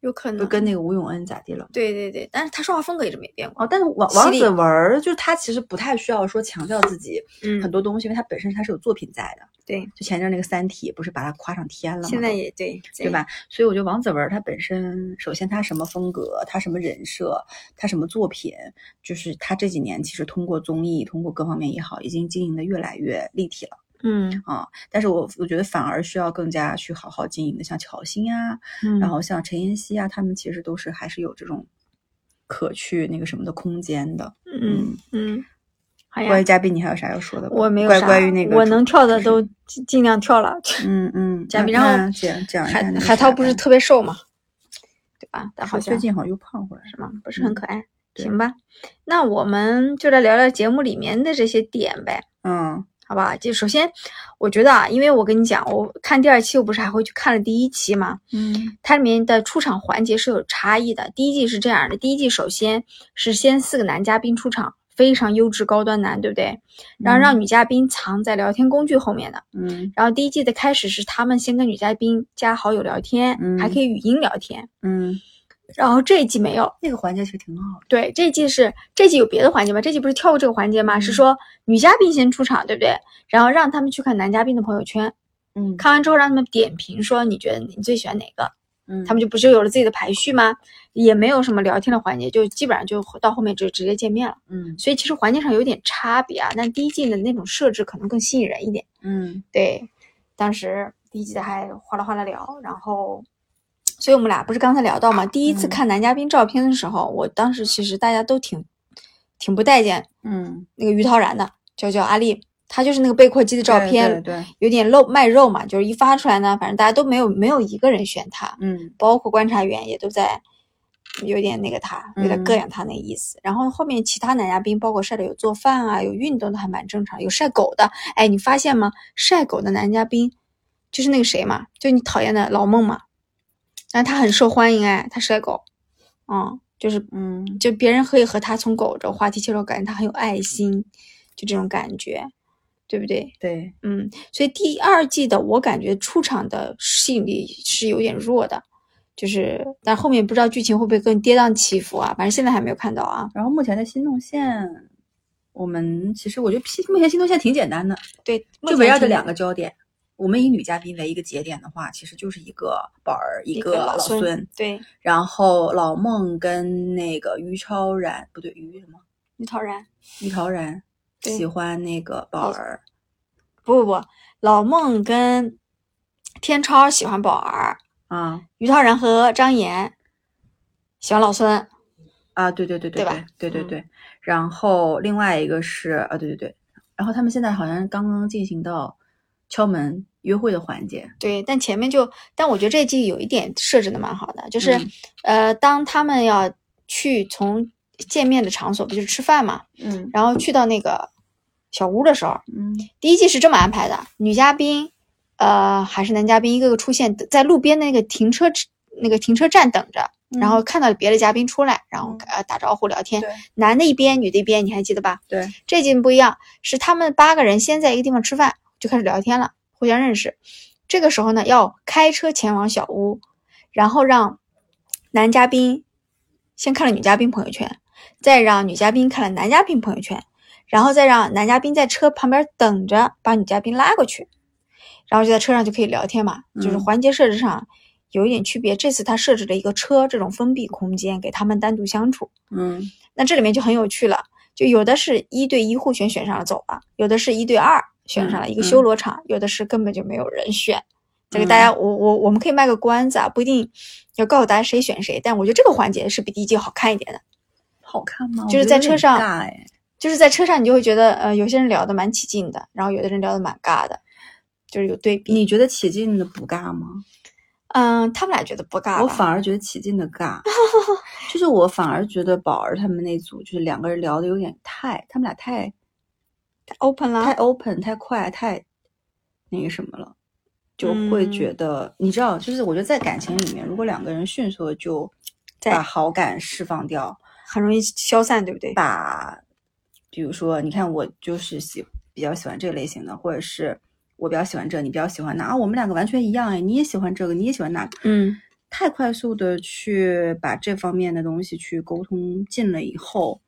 Speaker 1: 有可
Speaker 2: 就
Speaker 1: 能。
Speaker 2: 跟那个吴永恩咋地了？
Speaker 1: 对对对，但是他说话风格一直没变过。
Speaker 2: 哦，但是王
Speaker 1: 犀
Speaker 2: 王
Speaker 1: 利
Speaker 2: 子文儿就是他其实不太需要说强调自己
Speaker 1: 嗯
Speaker 2: 很多东西，因为他本身他是有作品在的。
Speaker 1: 对，
Speaker 2: 就前阵那个《三体》不是把它夸上天了吗？
Speaker 1: 现在也对，
Speaker 2: 对吧？所以我觉得王子文儿他本身，首先他什么风格，他什么人设，他什么作品，就是他这几年其实通过综艺，通过各方面也好，已经经营的越来越立体了
Speaker 1: 嗯？
Speaker 2: 啊。但是我我觉得反而需要更加去好好经营的，像乔欣啊，
Speaker 1: 嗯
Speaker 2: 然后像陈妍希啊，他们其实都是还是有这种可去那个什么的空间的。
Speaker 1: 嗯嗯，好
Speaker 2: 关
Speaker 1: 呀，
Speaker 2: 于嘉宾，你还有啥要说的吗？
Speaker 1: 我没有
Speaker 2: 关
Speaker 1: 啥，
Speaker 2: 关于那个
Speaker 1: 我
Speaker 2: 主
Speaker 1: 能跳的
Speaker 2: 主持
Speaker 1: 都尽尽量跳了。
Speaker 2: 嗯嗯，
Speaker 1: 嘉宾
Speaker 2: 那
Speaker 1: 然后
Speaker 2: 那讲讲一下
Speaker 1: 海
Speaker 2: 那个
Speaker 1: 海涛不是
Speaker 2: 啥吧
Speaker 1: 特别瘦嘛，对吧？但好
Speaker 2: 说最
Speaker 1: 像
Speaker 2: 近好像又胖回来了，
Speaker 1: 是吗？不是很可爱。
Speaker 2: 对
Speaker 1: 行吧，那我们就来聊聊节目里面的这些点呗。
Speaker 2: 嗯
Speaker 1: 好吧，就首先，我觉得啊，因为我跟你讲，我看第二期，我不是还会去看了第一期嘛，
Speaker 2: 嗯
Speaker 1: 它里面的出场环节是有差异的。第一季是这样的，第一季首先是先四个男嘉宾出场，非常优质高端男，对不对？然后让女嘉宾藏在聊天工具后面的。
Speaker 2: 嗯
Speaker 1: 然后第一季的开始是他们先跟女嘉宾加好友聊天，
Speaker 2: 嗯
Speaker 1: 还可以语音聊天。
Speaker 2: 嗯，
Speaker 1: 然后这一季没有，
Speaker 2: 那个环节其实挺好的，
Speaker 1: 对，这一季是这季有别的环节吗？这季不是跳过这个环节吗？
Speaker 2: 嗯
Speaker 1: 是说女嘉宾先出场，对不对？然后让他们去看男嘉宾的朋友圈，
Speaker 2: 嗯
Speaker 1: 看完之后让他们点评说你觉得你最喜欢哪个？
Speaker 2: 嗯，
Speaker 1: 他们就不是有了自己的排序吗？也没有什么聊天的环节，就基本上就到后面就直接见面了。
Speaker 2: 嗯
Speaker 1: 所以其实环境上有点差别啊，但第一季的那种设置可能更吸引人一点。
Speaker 2: 嗯
Speaker 1: 对，当时第一季还哗啦哗啦聊，然后，所以我们俩不是刚才聊到嘛，第一次
Speaker 2: 嗯
Speaker 1: 看男嘉宾照片的时候，我当时其实大家都挺挺不待见
Speaker 2: 嗯，
Speaker 1: 那个于涛然的，就叫阿丽，她就是那个被扩肌的照
Speaker 2: 对
Speaker 1: 片，
Speaker 2: 对对，
Speaker 1: 有点露卖肉嘛，就是一发出来呢，反正大家都没有没有一个人选她，
Speaker 2: 嗯
Speaker 1: 包括观察员也都在。有点那个她，有点
Speaker 2: 嗯
Speaker 1: 膈应她那意思。然后后面其他男嘉宾，包括晒的有做饭啊，有运动的还蛮正常，有晒狗的。哎，你发现吗？晒狗的男嘉宾就是那个谁嘛，就你讨厌的老孟嘛，但他很受欢迎哎，他晒狗，嗯，就是
Speaker 2: 嗯
Speaker 1: 就别人可以和他从狗这话题切入，感觉他很有爱心，就这种感觉，对不对？
Speaker 2: 对，
Speaker 1: 嗯，所以第二季的我感觉出场的吸引力是有点弱的，就是但后面不知道剧情会不会更跌宕起伏啊，反正现在还没有看到啊。
Speaker 2: 然后目前的新动线，我们其实我觉得新目前新动线挺简单的，
Speaker 1: 对，目
Speaker 2: 就
Speaker 1: 前
Speaker 2: 围绕着
Speaker 1: 听
Speaker 2: 两个焦点。我们以女嘉宾为一个节点的话，其实就是一个宝儿，一
Speaker 1: 一
Speaker 2: 个老
Speaker 1: 孙，
Speaker 2: 孙，
Speaker 1: 对，
Speaker 2: 然后老孟跟那个于超然，不对，于什么？
Speaker 1: 于陶然，
Speaker 2: 于超然
Speaker 1: 对
Speaker 2: 喜欢那个宝儿，
Speaker 1: 不不不，老孟跟天超喜欢宝儿，
Speaker 2: 啊
Speaker 1: 于涛然和张岩喜欢老孙，
Speaker 2: 啊，对对对
Speaker 1: 对吧
Speaker 2: 对对
Speaker 1: 嗯
Speaker 2: 对。然后另外一个是啊，对对对，然后他们现在好像刚刚进行到敲门约会的环节，
Speaker 1: 对，但前面就，但我觉得这一季有一点设置的蛮好的，就是、
Speaker 2: 嗯
Speaker 1: 呃，当他们要去从见面的场所，不就是吃饭嘛，
Speaker 2: 嗯
Speaker 1: 然后去到那个小屋的时候，
Speaker 2: 嗯
Speaker 1: 第一季是这么安排的：女嘉宾，呃，还是男嘉宾一个个出现在路边的那个停车那个停车站等着，然后看到别的嘉宾出来，然后
Speaker 2: 嗯
Speaker 1: 呃打招呼聊天
Speaker 2: 对。
Speaker 1: 男的一边，女的一边，你还记得吧？
Speaker 2: 对，
Speaker 1: 这季不一样，是他们八个人先在一个地方吃饭，就开始聊天了，互相认识。这个时候呢，要开车前往小屋，然后让男嘉宾先看了女嘉宾朋友圈，再让女嘉宾看了男嘉宾朋友圈，然后再让男嘉宾在车旁边等着，把女嘉宾拉过去，然后就在车上就可以聊天嘛，就是
Speaker 2: 嗯
Speaker 1: 环节设置上。有一点区别，这次他设置了一个车这种封闭空间给他们单独相处，
Speaker 2: 嗯
Speaker 1: 那这里面就很有趣了，就有的是一对一互选选上了走了，有的是一对二选上了一个
Speaker 2: 嗯嗯
Speaker 1: 修罗场，有的是根本就没有人选。这个大家，我我我们可以卖个关子啊，不一定要告诉大家谁选谁，但我觉得这个环节是比第一季好看一点的。
Speaker 2: 好看吗？
Speaker 1: 就是
Speaker 2: 我觉得
Speaker 1: 在
Speaker 2: 有
Speaker 1: 车
Speaker 2: 点
Speaker 1: 上
Speaker 2: 尬哎，
Speaker 1: 就是在车上，你就会觉得，呃，有些人聊得蛮起劲的，然后有的人聊得蛮尬的，就是有对比。
Speaker 2: 你觉得起劲的不尬吗？
Speaker 1: 嗯，他们俩觉得不尬吧，
Speaker 2: 我反而觉得起劲 的尬，就是我反而觉得宝儿他们那组就是两个人聊的有点太，他们俩太
Speaker 1: open
Speaker 2: 太
Speaker 1: 啦，
Speaker 2: open 太快太那个什么了，就
Speaker 1: 嗯
Speaker 2: 会觉得、你知道，就是我觉得在感情里面，如果两个人迅速地就
Speaker 1: 在
Speaker 2: 把好感释放掉，
Speaker 1: 很容易消散，对不对？
Speaker 2: 把比如说你看我就是喜比较喜欢这个类型的，或者是我比较喜欢这，你比较喜欢那啊，我们两个完全一样哎，你也喜欢这个，你也喜欢那个。
Speaker 1: 嗯，
Speaker 2: 太快速的去把这方面的东西去沟通尽了以后，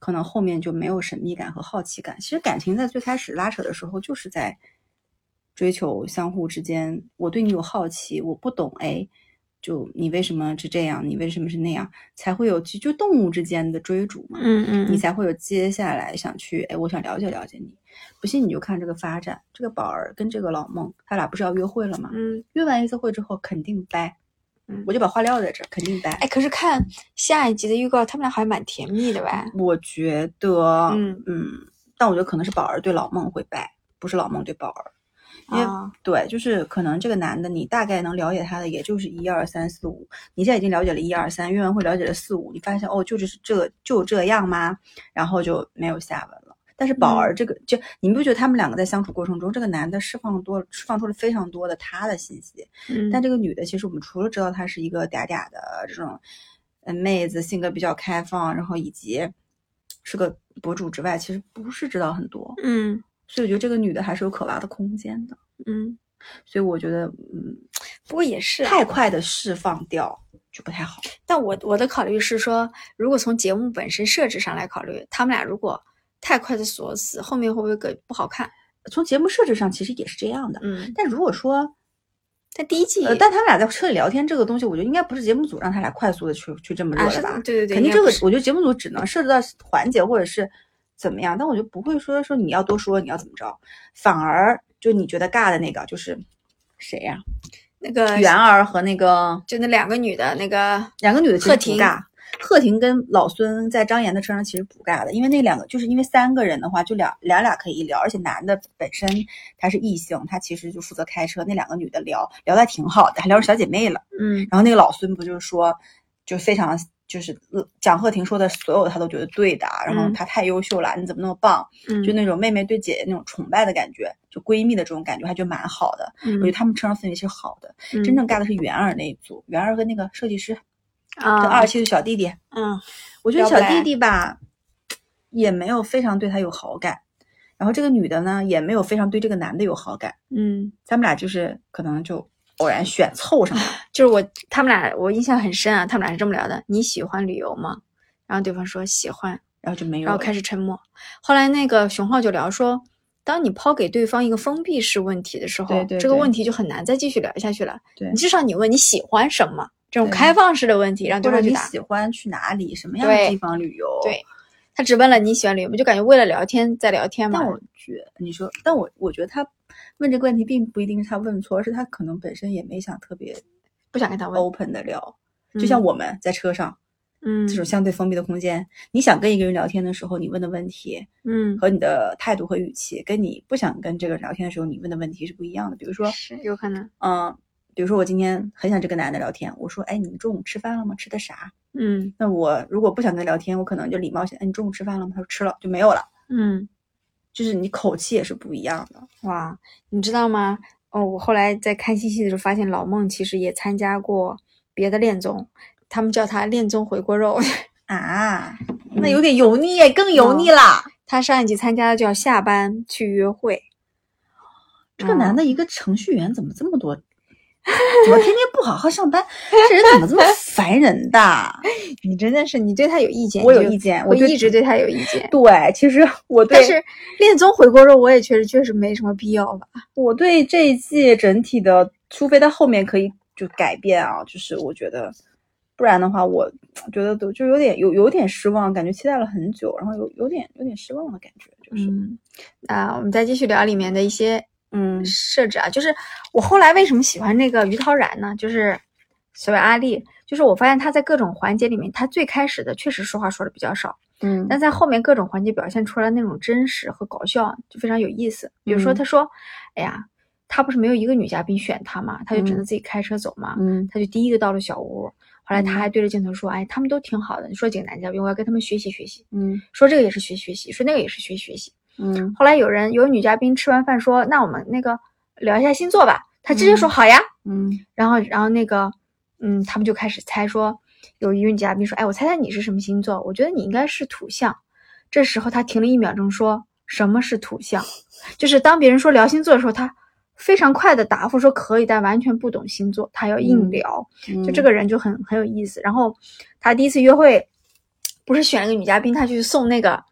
Speaker 2: 可能后面就没有神秘感和好奇感。其实感情在最开始拉扯的时候，就是在追求相互之间，我对你有好奇，我不懂哎，就你为什么是这样，你为什么是那样，才会有就就动物之间的追逐嘛。
Speaker 1: 嗯嗯，
Speaker 2: 你
Speaker 1: 嗯
Speaker 2: 才会有接下来想去，哎，我想了解了解你。不信你就看这个发展。这个宝儿跟这个老孟，他俩不是要约会了吗？
Speaker 1: 嗯，
Speaker 2: 约完一次会之后肯定掰，
Speaker 1: 嗯
Speaker 2: 我就把话撂在这儿，肯定掰。
Speaker 1: 哎，可是看下一集的预告，他们俩好像蛮甜蜜的吧？
Speaker 2: 我觉得，
Speaker 1: 嗯
Speaker 2: 但我觉得可能是宝儿对老孟会掰，不是老孟对宝儿，因为、
Speaker 1: 啊，
Speaker 2: 对，就是可能这个男的你大概能了解他的也就是一二三四五，你现在已经了解了一二三，约完会了解了四五，你发现哦，就只是这就这样吗？然后就没有下文了。但是宝
Speaker 1: 嗯
Speaker 2: 儿这个、就你们不觉得他们两个在相处过程中，这个男的释放多释放出了非常多的他的信息，
Speaker 1: 嗯
Speaker 2: 但这个女的，其实我们除了知道她是一个嗲嗲的这种，呃，妹子，性格比较开放，然后以及是个博主之外，其实不是知道很多。
Speaker 1: 嗯
Speaker 2: 所以我觉得这个女的还是有可挖的空间的。
Speaker 1: 嗯，
Speaker 2: 所以我觉得，嗯，
Speaker 1: 不过也是啊，
Speaker 2: 太快的释放掉就不太好。
Speaker 1: 但我我的考虑是说，如果从节目本身设置上来考虑，他们俩如果太快的锁死，后面会不会更不好看？
Speaker 2: 从节目设置上其实也是这样的，
Speaker 1: 嗯
Speaker 2: 但如果说
Speaker 1: 但第一季
Speaker 2: 呃，但他们俩在车里聊天这个东西，我觉得应该不是节目组让他俩快速的去去这么
Speaker 1: 啊
Speaker 2: 热
Speaker 1: 是
Speaker 2: 的吧？
Speaker 1: 对对对，
Speaker 2: 肯
Speaker 1: 应
Speaker 2: 定
Speaker 1: 该
Speaker 2: 这个
Speaker 1: 不是，
Speaker 2: 我觉得节目组只能涉及到环节或者是怎么样，但我就不会说说你要多说，你要怎么着，反而就你觉得尬的那个就是谁呀、
Speaker 1: 那个
Speaker 2: 元儿和那个
Speaker 1: 就那两个女的那个
Speaker 2: 两个女的其实
Speaker 1: 贺
Speaker 2: 不
Speaker 1: 婷
Speaker 2: 尬。贺婷跟老孙在张岩的车上其实不尬的，因为那两个就是因为三个人的话，就两两俩可以聊，而且男的本身他是异性，他其实就负责开车，那两个女的聊聊的挺好的，还聊着小姐妹了。
Speaker 1: 嗯
Speaker 2: 然后那个老孙不就是说，就非常就是呃蒋鹤婷说的所有他都觉得对的啊，然后
Speaker 1: 嗯
Speaker 2: 他太优秀了，啊你怎么那么棒？
Speaker 1: 嗯，
Speaker 2: 就那种妹妹对姐姐那种崇拜的感觉，就闺蜜的这种感觉，还觉得蛮好的。我觉得他们车上氛围是好的，
Speaker 1: 嗯
Speaker 2: 真正尬的是元儿那一组，元儿和那个设计师跟
Speaker 1: 啊
Speaker 2: 二十七岁小弟弟，
Speaker 1: 嗯
Speaker 2: 我觉得
Speaker 1: 要不
Speaker 2: 小弟
Speaker 1: 然
Speaker 2: 弟吧，也没有非常对他有好感，然后这个女的呢，也没有非常对这个男的有好感，
Speaker 1: 嗯，
Speaker 2: 咱们俩就是可能就偶然选凑上了。
Speaker 1: 就是我他们俩我印象很深啊，他们俩是这么聊的：你喜欢旅游吗？然后对方说喜欢，
Speaker 2: 然后就没有
Speaker 1: 然
Speaker 2: 了，
Speaker 1: 后开始沉默。后来那个熊浩就聊说，当你抛给对方一个封闭式问题的时候，
Speaker 2: 对对
Speaker 1: 这个
Speaker 2: 对
Speaker 1: 问题就很难再继续聊下去了。
Speaker 2: 对
Speaker 1: 你至少你问你喜欢什么这种
Speaker 2: 对
Speaker 1: 开放式的问题，让对
Speaker 2: 或者
Speaker 1: 方去
Speaker 2: 你
Speaker 1: 答。
Speaker 2: 喜欢去哪里、什么样的
Speaker 1: 对
Speaker 2: 地方旅游？
Speaker 1: 对，他只问了你喜欢旅游吗？就感觉为了聊天在聊天嘛。
Speaker 2: 但我觉你说，但我我觉得他问这个问题，并不一定是他问错，而是他可能本身也没想特别
Speaker 1: 不想跟他问，
Speaker 2: open 的聊。哦就像
Speaker 1: 嗯
Speaker 2: 我们在车上、
Speaker 1: 嗯
Speaker 2: 这种相对封闭的空间，你想跟一个人聊天的时候，你问的问题
Speaker 1: 嗯
Speaker 2: 和你的态度和语气，跟你不想跟这个人聊天的时候，你问的问题是不一样的。比如说，
Speaker 1: 是有可能，
Speaker 2: 嗯、比如说我今天很想这个男的聊天，我说，哎，你们中午吃饭了吗？吃的啥？
Speaker 1: 嗯
Speaker 2: 那我如果不想跟他聊天，我可能就礼貌性，哎，你中午吃饭了吗？他说吃了，就没有了。
Speaker 1: 嗯，
Speaker 2: 就是你口气也是不一样的。
Speaker 1: 哇，你知道吗？哦，我后来在看信息的时候发现，老孟其实也参加过别的恋综，他们叫他恋综回锅肉。
Speaker 2: 啊，那有点油腻，更油腻啦。
Speaker 1: 他上一集参加的叫下班去约会，
Speaker 2: 这个男
Speaker 1: 的
Speaker 2: 的一个程序员怎么这么多？怎么天天不好好上班？这人怎么这么烦人的？
Speaker 1: 你真的是你对他有意见，
Speaker 2: 我
Speaker 1: 你
Speaker 2: 有
Speaker 1: 就
Speaker 2: 意见，
Speaker 1: 我
Speaker 2: 对
Speaker 1: 一直对他有意见。
Speaker 2: 对，其实我对
Speaker 1: 但是恋综回锅肉，我也确实确实没什么必要吧。
Speaker 2: 我对这一季整体的，除非他后面可以就改变啊，就是我觉得，不然的话，我觉得都就有点有有点失望，感觉期待了很久，然后有有点有点失望的感觉，就是
Speaker 1: 嗯，啊，我们再继续聊里面的一些
Speaker 2: 嗯
Speaker 1: 设置啊，就是我后来为什么喜欢那个于涛然呢？就是所谓阿丽，就是我发现他在各种环节里面，他最开始的确实说话说的比较少，
Speaker 2: 嗯
Speaker 1: 但在后面各种环节表现出来那种真实和搞笑，就非常有意思。比如说
Speaker 2: 嗯
Speaker 1: 他说：“哎呀，他不是没有一个女嘉宾选他嘛，他就只能
Speaker 2: 嗯
Speaker 1: 自己开车走嘛。
Speaker 2: 嗯
Speaker 1: 他就第一个到了小屋，后来他
Speaker 2: 嗯
Speaker 1: 还对着镜头说：“哎，他们都挺好的。”你说几个男嘉宾，我要跟他们学习学习。
Speaker 2: 嗯
Speaker 1: 说这个也是学习学习，说那个也是学习学习。
Speaker 2: 嗯
Speaker 1: 后来有人有女嘉宾吃完饭说：“那我们那个聊一下星座吧。”他直接说：“
Speaker 2: 嗯
Speaker 1: 好呀。
Speaker 2: 嗯
Speaker 1: 然后，然后那个，嗯，他们就开始猜说，有一位女嘉宾说：“哎，我猜猜你是什么星座？我觉得你应该是土象。”这时候他停了一秒钟说：“什么是土象？”就是当别人说聊星座的时候，他非常快的答复说可以，但完全不懂星座，他要硬
Speaker 2: 嗯
Speaker 1: 聊。
Speaker 2: 嗯，
Speaker 1: 就这个人就很很有意思。然后他第一次约会，不是选了个女嘉宾，他去送那个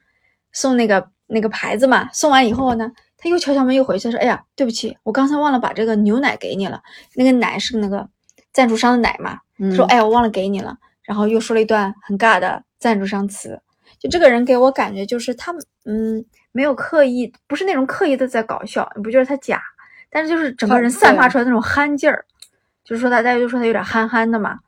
Speaker 1: 送那个那个牌子嘛。送完以后呢，他又敲敲门又回去，他说：“哎呀，对不起，我刚才忘了把这个牛奶给你了。那个奶是那个赞助商的奶嘛。”
Speaker 2: 嗯
Speaker 1: 说：“哎呀，我忘了给你了。”然后又说了一段很尬的赞助商词。就这个人给我感觉就是他，嗯，没有刻意，不是那种刻意的在搞笑，你不觉得他假？但是就是整个
Speaker 2: 他
Speaker 1: 人散发
Speaker 2: 哦对
Speaker 1: 出来那种憨劲儿，就是说大家就说他有点憨憨的嘛，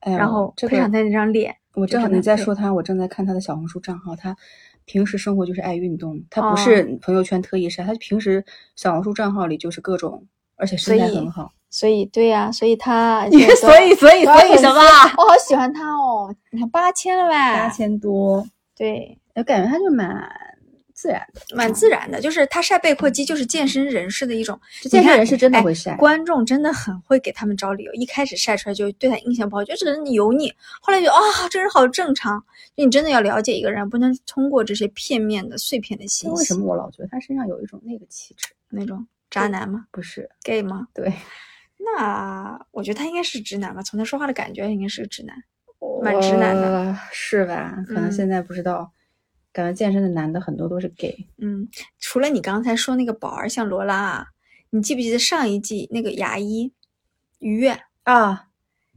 Speaker 2: 哎呀
Speaker 1: 然后
Speaker 2: 这
Speaker 1: 配上
Speaker 2: 个
Speaker 1: 他那张脸，
Speaker 2: 我
Speaker 1: 就
Speaker 2: 正好
Speaker 1: 真的
Speaker 2: 你在
Speaker 1: 对
Speaker 2: 说他，我正在看他的小红书账号，他平时生活就是爱运动，他
Speaker 1: 哦
Speaker 2: 不是朋友圈特意晒，他平时小红书账号里就是各种，而且身材
Speaker 1: 所以
Speaker 2: 很好。
Speaker 1: 所以对呀、所以他
Speaker 2: 你
Speaker 1: 就是
Speaker 2: 所以所以
Speaker 1: 多少
Speaker 2: 所以
Speaker 1: 粉丝
Speaker 2: 什么？啊
Speaker 1: 我好喜欢他哦，你看八千了吧？
Speaker 2: 八千多，
Speaker 1: 对，
Speaker 2: 我哎感觉他就蛮自然的，
Speaker 1: 蛮自然的，就是他晒背阔肌就是健身人士的一种，
Speaker 2: 就健
Speaker 1: 你
Speaker 2: 身
Speaker 1: 看
Speaker 2: 人是真的
Speaker 1: 哎
Speaker 2: 会晒。
Speaker 1: 观众真的很会给他们找理由，一开始晒出来就对他印象不好，觉得这个人油腻，后来就啊、这人好正常。就你真的要了解一个人，不能通过这些片面的碎片的信
Speaker 2: 但为
Speaker 1: 息。
Speaker 2: 什么我老觉得他身上有一种那个气质？
Speaker 1: 那种渣男吗
Speaker 2: 不是，
Speaker 1: ？gay 吗？
Speaker 2: 对，
Speaker 1: 那我觉得他应该是直男吧，从他说话的感觉应该是个直男。蛮直男的
Speaker 2: 呃，是吧？可能
Speaker 1: 嗯
Speaker 2: 现在不知道，感觉健身的男的很多都是 gay。
Speaker 1: 嗯，除了你刚才说那个宝儿像罗拉，啊，你记不记得上一季那个牙医，愉悦。
Speaker 2: 啊，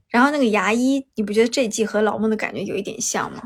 Speaker 1: 然后那个牙医，你不觉得这季和老孟的感觉有一点像吗？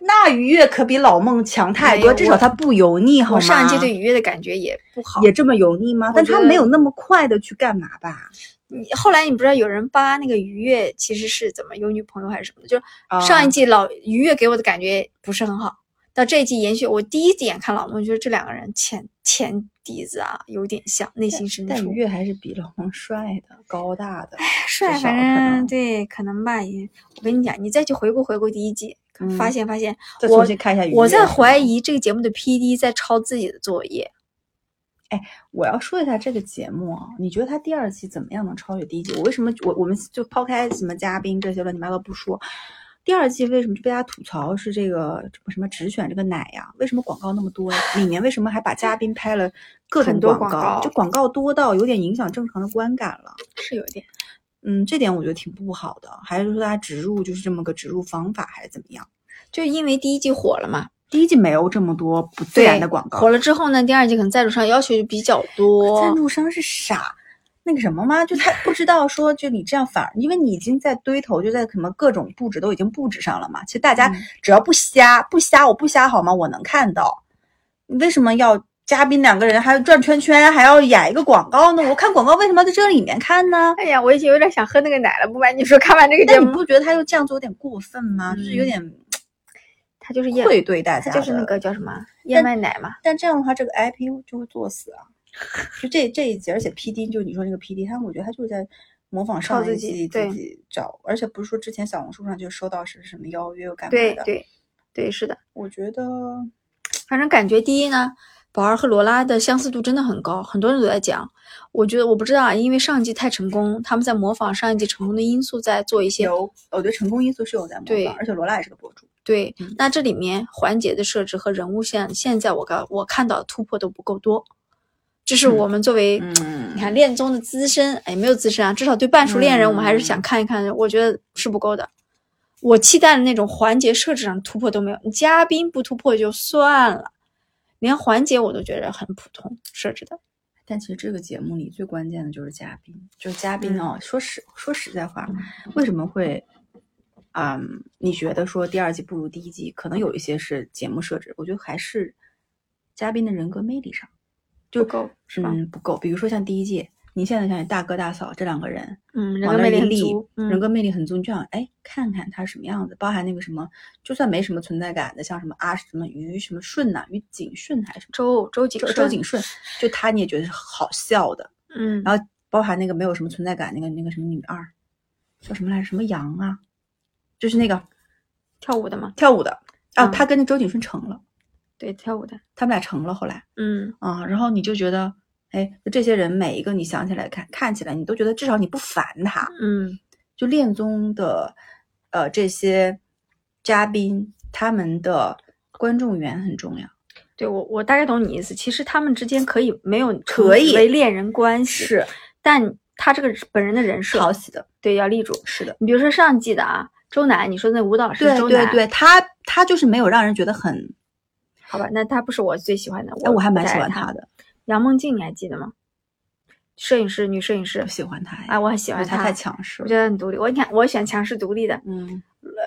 Speaker 2: 那愉悦可比老孟强太
Speaker 1: 没
Speaker 2: 多，
Speaker 1: 有
Speaker 2: 至少它不油腻，好吗？
Speaker 1: 我上一季对愉悦的感觉也不好。
Speaker 2: 也这么油腻吗？
Speaker 1: 我
Speaker 2: 但
Speaker 1: 觉
Speaker 2: 它
Speaker 1: 得
Speaker 2: 没有那么快的去干嘛吧？
Speaker 1: 你后来你不知道有人扒那个愉悦其实是怎么有女朋友还是什么的，就是
Speaker 2: 啊
Speaker 1: 上一季老愉悦给我的感觉不是很好，到这一季延续，我第一眼看老孟觉得这两个人前前底子啊有点像，内心深
Speaker 2: 但
Speaker 1: 处
Speaker 2: 愉悦还是比老孟帅的、高大的。
Speaker 1: 帅，
Speaker 2: 至少
Speaker 1: 反
Speaker 2: 可
Speaker 1: 正
Speaker 2: 能
Speaker 1: 对可能吧也。我跟你讲，你再去回顾回顾第一季，
Speaker 2: 嗯
Speaker 1: 发现发现
Speaker 2: 再
Speaker 1: 我
Speaker 2: 重新看一下愉悦。
Speaker 1: 我在
Speaker 2: 是吗
Speaker 1: 怀，疑这个节目的 P D 在抄自己的作业，
Speaker 2: 我要说一下这个节目啊，你觉得它第二期怎么样能超越第一季？我为什么我我们就抛开什么嘉宾这些乱七八糟不说，第二季为什么就被大家吐槽是这个这个什么只选这个奶呀、为什么广告那么多呀、里面为什么还把嘉宾拍了各种
Speaker 1: 很多
Speaker 2: 告？
Speaker 1: 广告
Speaker 2: 这广告多到有点影响正常的观感了。
Speaker 1: 是有点。
Speaker 2: 嗯，这点我觉得挺不好的，还是说它植入就是这么个植入方法，还是怎么样？
Speaker 1: 就因为第一季火了嘛，
Speaker 2: 第一季没有这么多不自
Speaker 1: 对
Speaker 2: 然的广告，
Speaker 1: 火了之后呢，第二季可能赞助商要求就比较多，
Speaker 2: 啊赞助商是傻。那个什么吗？就他不知道说，就你这样反而，因为你已经在堆头，就在什么各种布置都已经布置上了嘛。其实大家
Speaker 1: 嗯
Speaker 2: 只要不瞎，不瞎，我不瞎好吗？我能看到。你为什么要嘉宾两个人还要转圈圈，还要演一个广告呢？我看广告为什么要在这里面看呢？
Speaker 1: 哎呀，我已经有点想喝那个奶了。不瞒你说，看完这个
Speaker 2: 但
Speaker 1: 节
Speaker 2: 你
Speaker 1: 目，
Speaker 2: 不觉得他又这样做有点过分吗？就是有
Speaker 1: 嗯
Speaker 2: 点
Speaker 1: 它就是燕，
Speaker 2: 愧对大
Speaker 1: 它
Speaker 2: 家。
Speaker 1: 就是那个叫什么燕麦奶嘛。
Speaker 2: 但这样的话，这个 IP 就会作死 啊！就这这一集，而且 PD 就你说那个 PD，他我觉得他就是在模仿上
Speaker 1: 靠自
Speaker 2: 一
Speaker 1: 己
Speaker 2: 季
Speaker 1: 对
Speaker 2: 自己找，而且不是说之前小红书上就收到是什么邀约又干嘛
Speaker 1: 对
Speaker 2: 的。
Speaker 1: 对对，是的。
Speaker 2: 我觉得
Speaker 1: 反正感觉第一呢，宝儿和罗拉的相似度真的很高，很多人都在讲。我觉得我不知道啊，因为上一季太成功，他们在模仿上一季成功的因素，在做一些
Speaker 2: 有，我觉得成功因素是有在模
Speaker 1: 对
Speaker 2: 仿，而且罗拉也是个博主。
Speaker 1: 对
Speaker 2: 嗯。
Speaker 1: 那这里面环节的设置和人物线，现在我看我看到的突破都不够多，这是我们作为你
Speaker 2: 嗯，
Speaker 1: 看恋综的资深，哎，没有资深啊，至少对半熟恋人，我们还是想看一看，我觉得是不够的。我期待的那种环节设置上的突破都没有，你嘉宾不突破就算了，连环节我都觉得很普通设置的。
Speaker 2: 但其实这个节目里最关键的就是嘉宾，就是嘉
Speaker 1: 嗯
Speaker 2: 宾哦。说实说实在话，为什么会？嗯，你觉得说第二季不如第一季，可能有一些是节目设置，我觉得还是嘉宾的人格魅力上。
Speaker 1: 就够是吧？
Speaker 2: 嗯，不够。比如说像第一季，你现在想想大哥大嫂这两个人，
Speaker 1: 嗯，人
Speaker 2: 往
Speaker 1: 格
Speaker 2: 那
Speaker 1: 魅力
Speaker 2: 一
Speaker 1: 很
Speaker 2: 立
Speaker 1: 足，嗯
Speaker 2: 人格魅力很足，你就想哎，看看他什么样子，包含那个什么，就算没什么存在感的，像什么啊什么于什么顺呐、于景顺还是什么
Speaker 1: 周周瑾
Speaker 2: 周周
Speaker 1: 顺
Speaker 2: 景顺，就他你也觉得是好笑的，
Speaker 1: 嗯，
Speaker 2: 然后包含那个没有什么存在感那个那个什么女二，叫什么来着？什么杨啊？就是那个
Speaker 1: 跳舞的嘛，
Speaker 2: 跳舞的啊，
Speaker 1: 嗯
Speaker 2: 他跟周景顺成了，
Speaker 1: 对，跳舞的，
Speaker 2: 他们俩成了后来。
Speaker 1: 嗯，
Speaker 2: 啊，然后你就觉得，哎，就这些人每一个你想起来看看起来，你都觉得至少你不烦他。
Speaker 1: 嗯，
Speaker 2: 就恋综的，呃，这些嘉宾他们的观众缘很重要，
Speaker 1: 对我我大概懂你意思。其实他们之间可以没有
Speaker 2: 可以
Speaker 1: 为恋人关系，但他这个本人的人
Speaker 2: 讨
Speaker 1: 设
Speaker 2: 喜的，
Speaker 1: 对要立住，
Speaker 2: 是的，
Speaker 1: 你比如说上季的啊，周楠，你说那舞蹈是
Speaker 2: 对
Speaker 1: 周
Speaker 2: 对
Speaker 1: 楠，
Speaker 2: 对，他他就是没有让人觉得很，
Speaker 1: 好吧，那他不是我最喜欢的，
Speaker 2: 哎，我还蛮
Speaker 1: 不太
Speaker 2: 喜
Speaker 1: 爱
Speaker 2: 欢
Speaker 1: 他
Speaker 2: 他。的，
Speaker 1: 杨梦静你还记得吗？摄影师，女摄影师
Speaker 2: 不，喜欢他，
Speaker 1: 啊，，我很喜
Speaker 2: 因
Speaker 1: 欢
Speaker 2: 为他
Speaker 1: 她，
Speaker 2: 太强势
Speaker 1: 我
Speaker 2: 了，
Speaker 1: 觉得很独立。我你看，我喜欢强势独立的。
Speaker 2: 嗯，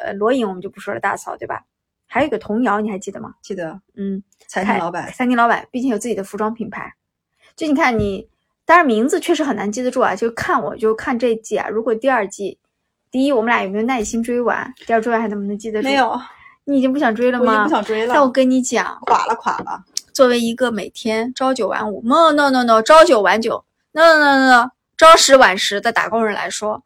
Speaker 1: 呃，罗颖我们就不说了，大嫂对吧？还有一个童瑶，你还记得吗？
Speaker 2: 记得
Speaker 1: 嗯，
Speaker 2: 财
Speaker 1: 开
Speaker 2: 经老板，
Speaker 1: 餐厅老板，并且有自己的服装品牌。就你看你，当然名字确实很难记得住啊。就看我就看这一季啊，如果第二季，第一我们俩有没有耐心追完？第二追完还能不能记得住？
Speaker 2: 没有，，
Speaker 1: 你已经不想追了
Speaker 2: 我已经
Speaker 1: 吗
Speaker 2: 不？想 追
Speaker 1: 但我
Speaker 2: 了，
Speaker 1: 跟你讲，
Speaker 2: 垮了垮了，
Speaker 1: 作为一个每天朝九晚五，no no no no，朝九晚九，no no no no，朝十晚十的打工人来说，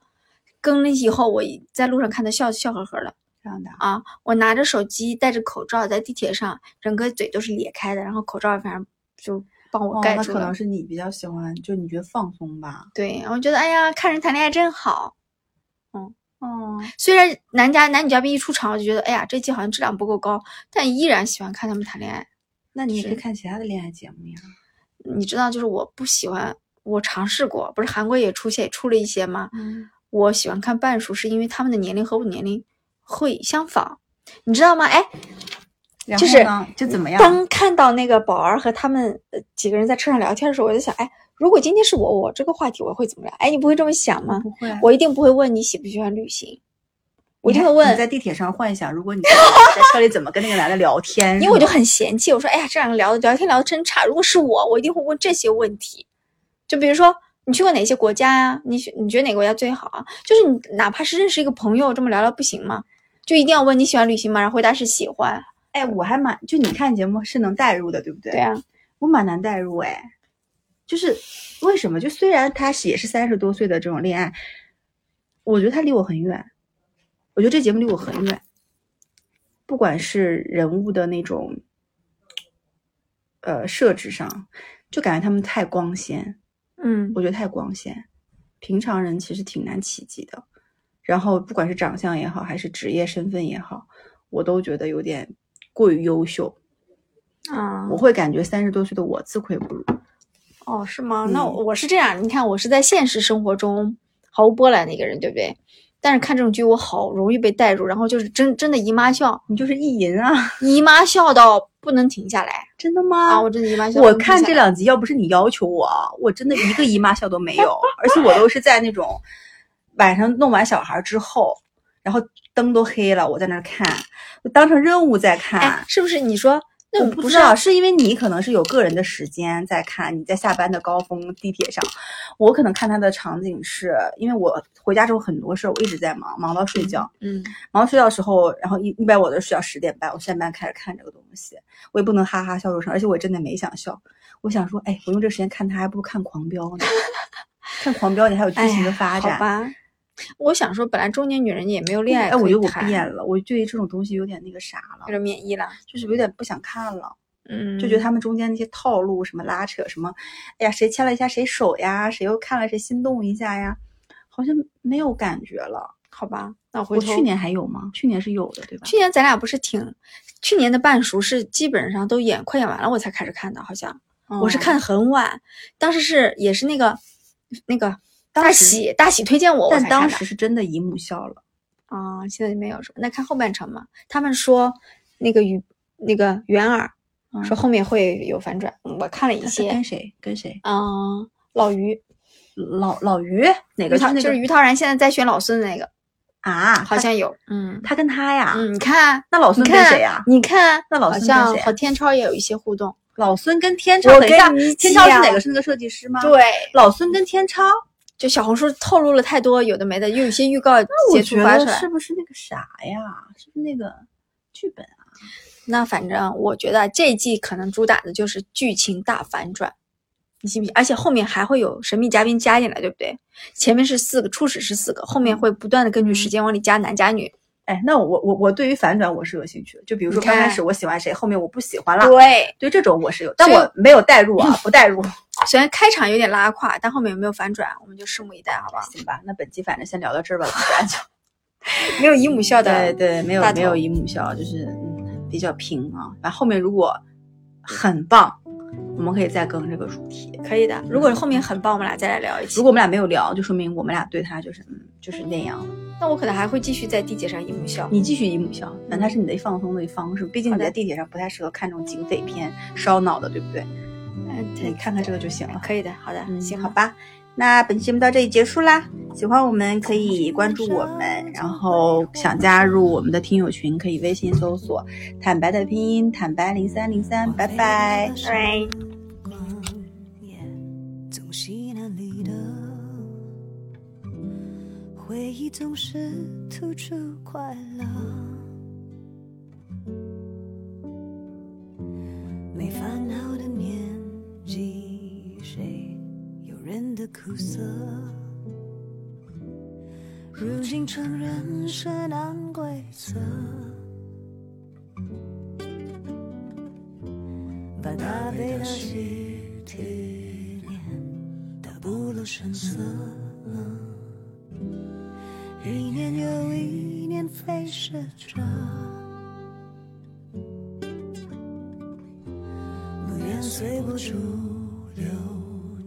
Speaker 1: 更了以后，我一在路上看他笑笑呵呵的
Speaker 2: 这样的啊，
Speaker 1: 啊，我拿着手机，戴着口罩，在地铁上，整个嘴都是咧开的，然后口罩反正就帮我
Speaker 2: 哦，
Speaker 1: 盖
Speaker 2: 那
Speaker 1: 住
Speaker 2: 可
Speaker 1: 了。
Speaker 2: 能是你比较喜欢，就你觉得放松吧，
Speaker 1: 对，我觉得哎呀，看人谈恋爱真好。
Speaker 2: 哦。
Speaker 1: 虽然男嘉男女嘉宾一出场，我就觉得哎呀，这季好像质量不够高，但依然喜欢看他们谈恋爱。
Speaker 2: 那你也可以
Speaker 1: 是
Speaker 2: 看其他的恋爱节目呀。
Speaker 1: 你知道，就是我不喜欢，我尝试过，不是韩国也出现出了一些吗？
Speaker 2: 嗯，
Speaker 1: 我喜欢看半数，是因为他们的年龄和我年龄会相仿，你知道吗？哎，
Speaker 2: 然
Speaker 1: 就
Speaker 2: 后
Speaker 1: 是嗯
Speaker 2: 呢就怎么样？
Speaker 1: 当看到那个宝儿和他们呃几个人在车上聊天的时候，我就想，哎，如果今天是我，我这个话题我会怎么样？哎，你不会这么想吗？
Speaker 2: 不会啊，
Speaker 1: 我一定不会问你喜不喜欢旅行，我就会
Speaker 2: 你还你
Speaker 1: 问，
Speaker 2: 在地铁上幻想，如果你在车里怎么跟那个男的聊天？
Speaker 1: 因为我就很嫌弃，我说，哎呀，这两个聊的聊天聊的真差。如果是我，我一定会问这些问题，就比如说你去过哪些国家呀、你喜你觉得哪个国家最好啊？就是你哪怕是认识一个朋友，这么聊聊不行吗？就一定要问你喜欢旅行吗？然后回答是喜欢，
Speaker 2: 哎，我还蛮就你看节目是能代入的，对不对？
Speaker 1: 对啊，
Speaker 2: 我蛮难代入哎，就是为什么？就虽然他是也是三十多岁的这种恋爱，我觉得他离我很远，我觉得这节目离我很远。不管是人物的那种，呃，设置上，就感觉他们太光鲜，
Speaker 1: 嗯
Speaker 2: 我觉得太光鲜，平常人其实挺难企及的。然后不管是长相也好，还是职业身份也好，我都觉得有点过于优秀，
Speaker 1: 啊
Speaker 2: 我会感觉三十多岁的我自愧不如。
Speaker 1: 哦，是吗？那
Speaker 2: 嗯
Speaker 1: 我是这样，你看，我是在现实生活中毫无波澜的一个人，对不对？但是看这种剧，我好容易被带入，然后就是真真的姨妈笑，
Speaker 2: 你就是意淫啊？
Speaker 1: 姨妈笑到不能停下来
Speaker 2: 真的吗？
Speaker 1: 啊！我真的姨妈笑到
Speaker 2: 我
Speaker 1: 不能停
Speaker 2: 看
Speaker 1: 下
Speaker 2: 这
Speaker 1: 来
Speaker 2: 两集，要不是你要求我，我真的一个姨妈笑都没有，而且我都是在那种晚上弄完小孩之后，然后灯都黑了，我在那儿看，我当成任务在看。
Speaker 1: 哎，是不是？你说那
Speaker 2: 啊
Speaker 1: 种
Speaker 2: 我嗯不
Speaker 1: 不
Speaker 2: 知
Speaker 1: 是
Speaker 2: 道，是因为你可能是有个人的时间在看，你在下班的高峰地铁上，我可能看他的场景是因为我回家之后很多事儿，我一直在忙，忙到睡觉，
Speaker 1: 嗯
Speaker 2: 然后睡觉的时候，然后一一般我都是睡到十点半，我三点半开始看这个东西，我也不能哈哈笑出声，而且我真的没想笑，我想说，哎，我用这时间看它，还不如看《狂飙》 呢。看《狂飙》，你还有剧
Speaker 1: 哎
Speaker 2: 情
Speaker 1: 呀
Speaker 2: 的发
Speaker 1: 好
Speaker 2: 展。
Speaker 1: 吧？我想说，本来中年女人也没有恋爱
Speaker 2: 哎，我
Speaker 1: 可
Speaker 2: 觉
Speaker 1: 以
Speaker 2: 得我
Speaker 1: 谈
Speaker 2: 变了，我对于这种东西有点那个啥了
Speaker 1: 有，点免疫了，
Speaker 2: 就是有点不想看了，
Speaker 1: 嗯，
Speaker 2: 就觉得他们中间那些套路，什么拉扯，什么，哎呀，谁牵了一下谁手呀，谁又看了谁心动一下呀，好像没有感觉了。
Speaker 1: 好吧？那我回
Speaker 2: 我
Speaker 1: 头
Speaker 2: 去年还有吗？去年是有的，对吧？
Speaker 1: 去年咱俩不是挺，去年的半熟是基本上都演快演完了我才开始看的，好像我是
Speaker 2: 嗯
Speaker 1: 看得很晚，当时是也是那个那个大
Speaker 2: 当时
Speaker 1: 喜大喜推荐我，我
Speaker 2: 但
Speaker 1: 才看
Speaker 2: 当
Speaker 1: 的
Speaker 2: 时是真的姨母笑了。
Speaker 1: 啊、现在就没有什么。那看后半场嘛，他们说那个于那个袁儿
Speaker 2: 嗯
Speaker 1: 说后面会有反转，我看 了一
Speaker 2: 他是
Speaker 1: 些
Speaker 2: 跟，谁跟谁？
Speaker 1: 嗯、老于
Speaker 2: 老老于哪个？
Speaker 1: 于
Speaker 2: 是
Speaker 1: 涛
Speaker 2: 那
Speaker 1: 就
Speaker 2: 个
Speaker 1: 是于涛然现在在选老孙的那个，
Speaker 2: 啊，
Speaker 1: 好
Speaker 2: 他
Speaker 1: 像有， 嗯
Speaker 2: 他跟他呀。
Speaker 1: 嗯，你看。
Speaker 2: 那老
Speaker 1: 你
Speaker 2: 孙跟
Speaker 1: 看啊
Speaker 2: 谁呀？
Speaker 1: 你看，
Speaker 2: 那老
Speaker 1: 好
Speaker 2: 孙跟
Speaker 1: 像
Speaker 2: 谁
Speaker 1: 和
Speaker 2: 啊
Speaker 1: 天超也有一些互动。
Speaker 2: 老孙跟天超。
Speaker 1: 我
Speaker 2: 等一
Speaker 1: 跟
Speaker 2: 下
Speaker 1: 你，
Speaker 2: 天超是哪
Speaker 1: 讲
Speaker 2: 个？是那个设计师吗？。
Speaker 1: 啊对，
Speaker 2: 老孙跟天超，
Speaker 1: 就小红书透露了太多有的没的，又有一些预告
Speaker 2: 我
Speaker 1: 截
Speaker 2: 觉
Speaker 1: 图发出
Speaker 2: 得
Speaker 1: 来。
Speaker 2: 是不是那个啥呀？是不是那个剧本啊？
Speaker 1: 那反正我觉得啊这一季可能主打的就是剧情大反转，你信不信？而且后面还会有神秘嘉宾加进来，对不对？前面是四个，初始是四个，后面会不断的根据时间往里加男加女。
Speaker 2: 哎，那我我我对于反转我是有兴趣的。就比如说
Speaker 1: 你
Speaker 2: 刚
Speaker 1: 看
Speaker 2: 开始我喜欢谁，后面我不喜欢了，
Speaker 1: 对，
Speaker 2: 对这种我是有，但
Speaker 1: 所以
Speaker 2: 我没有代 入啊，不代入。
Speaker 1: 虽然开场有点拉胯，但后面有没有反转，我们就拭目以待，好不好？
Speaker 2: 行吧，那本期反正先聊到这儿吧，不然就。 嗯
Speaker 1: 没有姨母笑的，
Speaker 2: 对对，没有
Speaker 1: 大
Speaker 2: 没有
Speaker 1: 头
Speaker 2: 姨母笑，就是嗯比较平啊。然后后面如果很棒，我们可以再更这个主题。
Speaker 1: 可以的。如果后面很棒，我们俩再来聊一期。
Speaker 2: 如果我们俩没有聊，就说明我们俩对他就是嗯就是那样。
Speaker 1: 那我可能还会继续在地铁上姨母笑。
Speaker 2: 你继续姨母笑，反正它是你的放松的一方式。毕竟
Speaker 1: 好
Speaker 2: 你
Speaker 1: 的
Speaker 2: 在地铁上不太适合看这种警匪片，烧脑的，对不对？
Speaker 1: 嗯，对
Speaker 2: 你，看看这个就行了。
Speaker 1: 可以的，好的，
Speaker 2: 嗯，
Speaker 1: 行，
Speaker 2: 好吧。那本期节目到这里结束啦，喜欢我们可以关注我们，然后想加入我们的听友群，可以微信搜索“坦白”的拼音“坦白零三零三”，拜
Speaker 3: 啊
Speaker 2: 拜。
Speaker 1: 拜。
Speaker 3: 也总吸哪里的回忆总是突出快乐，没烦恼的年纪，谁有人的苦涩？如今承认是难规则。把大悲的喜提炼到不露声色。一年又一年飞逝着，不愿随波逐流，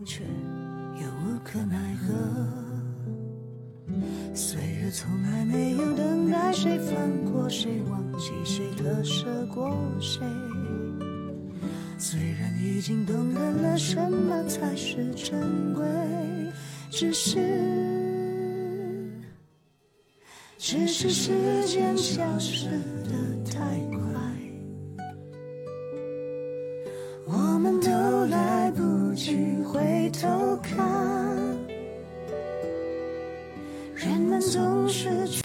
Speaker 3: 却又无可奈何。岁月从来没有等待谁放过谁，忘记谁，割舍过谁。虽然已经懂得了什么才是珍贵，只是，只是时间消失的太快，我们都来不及回头看。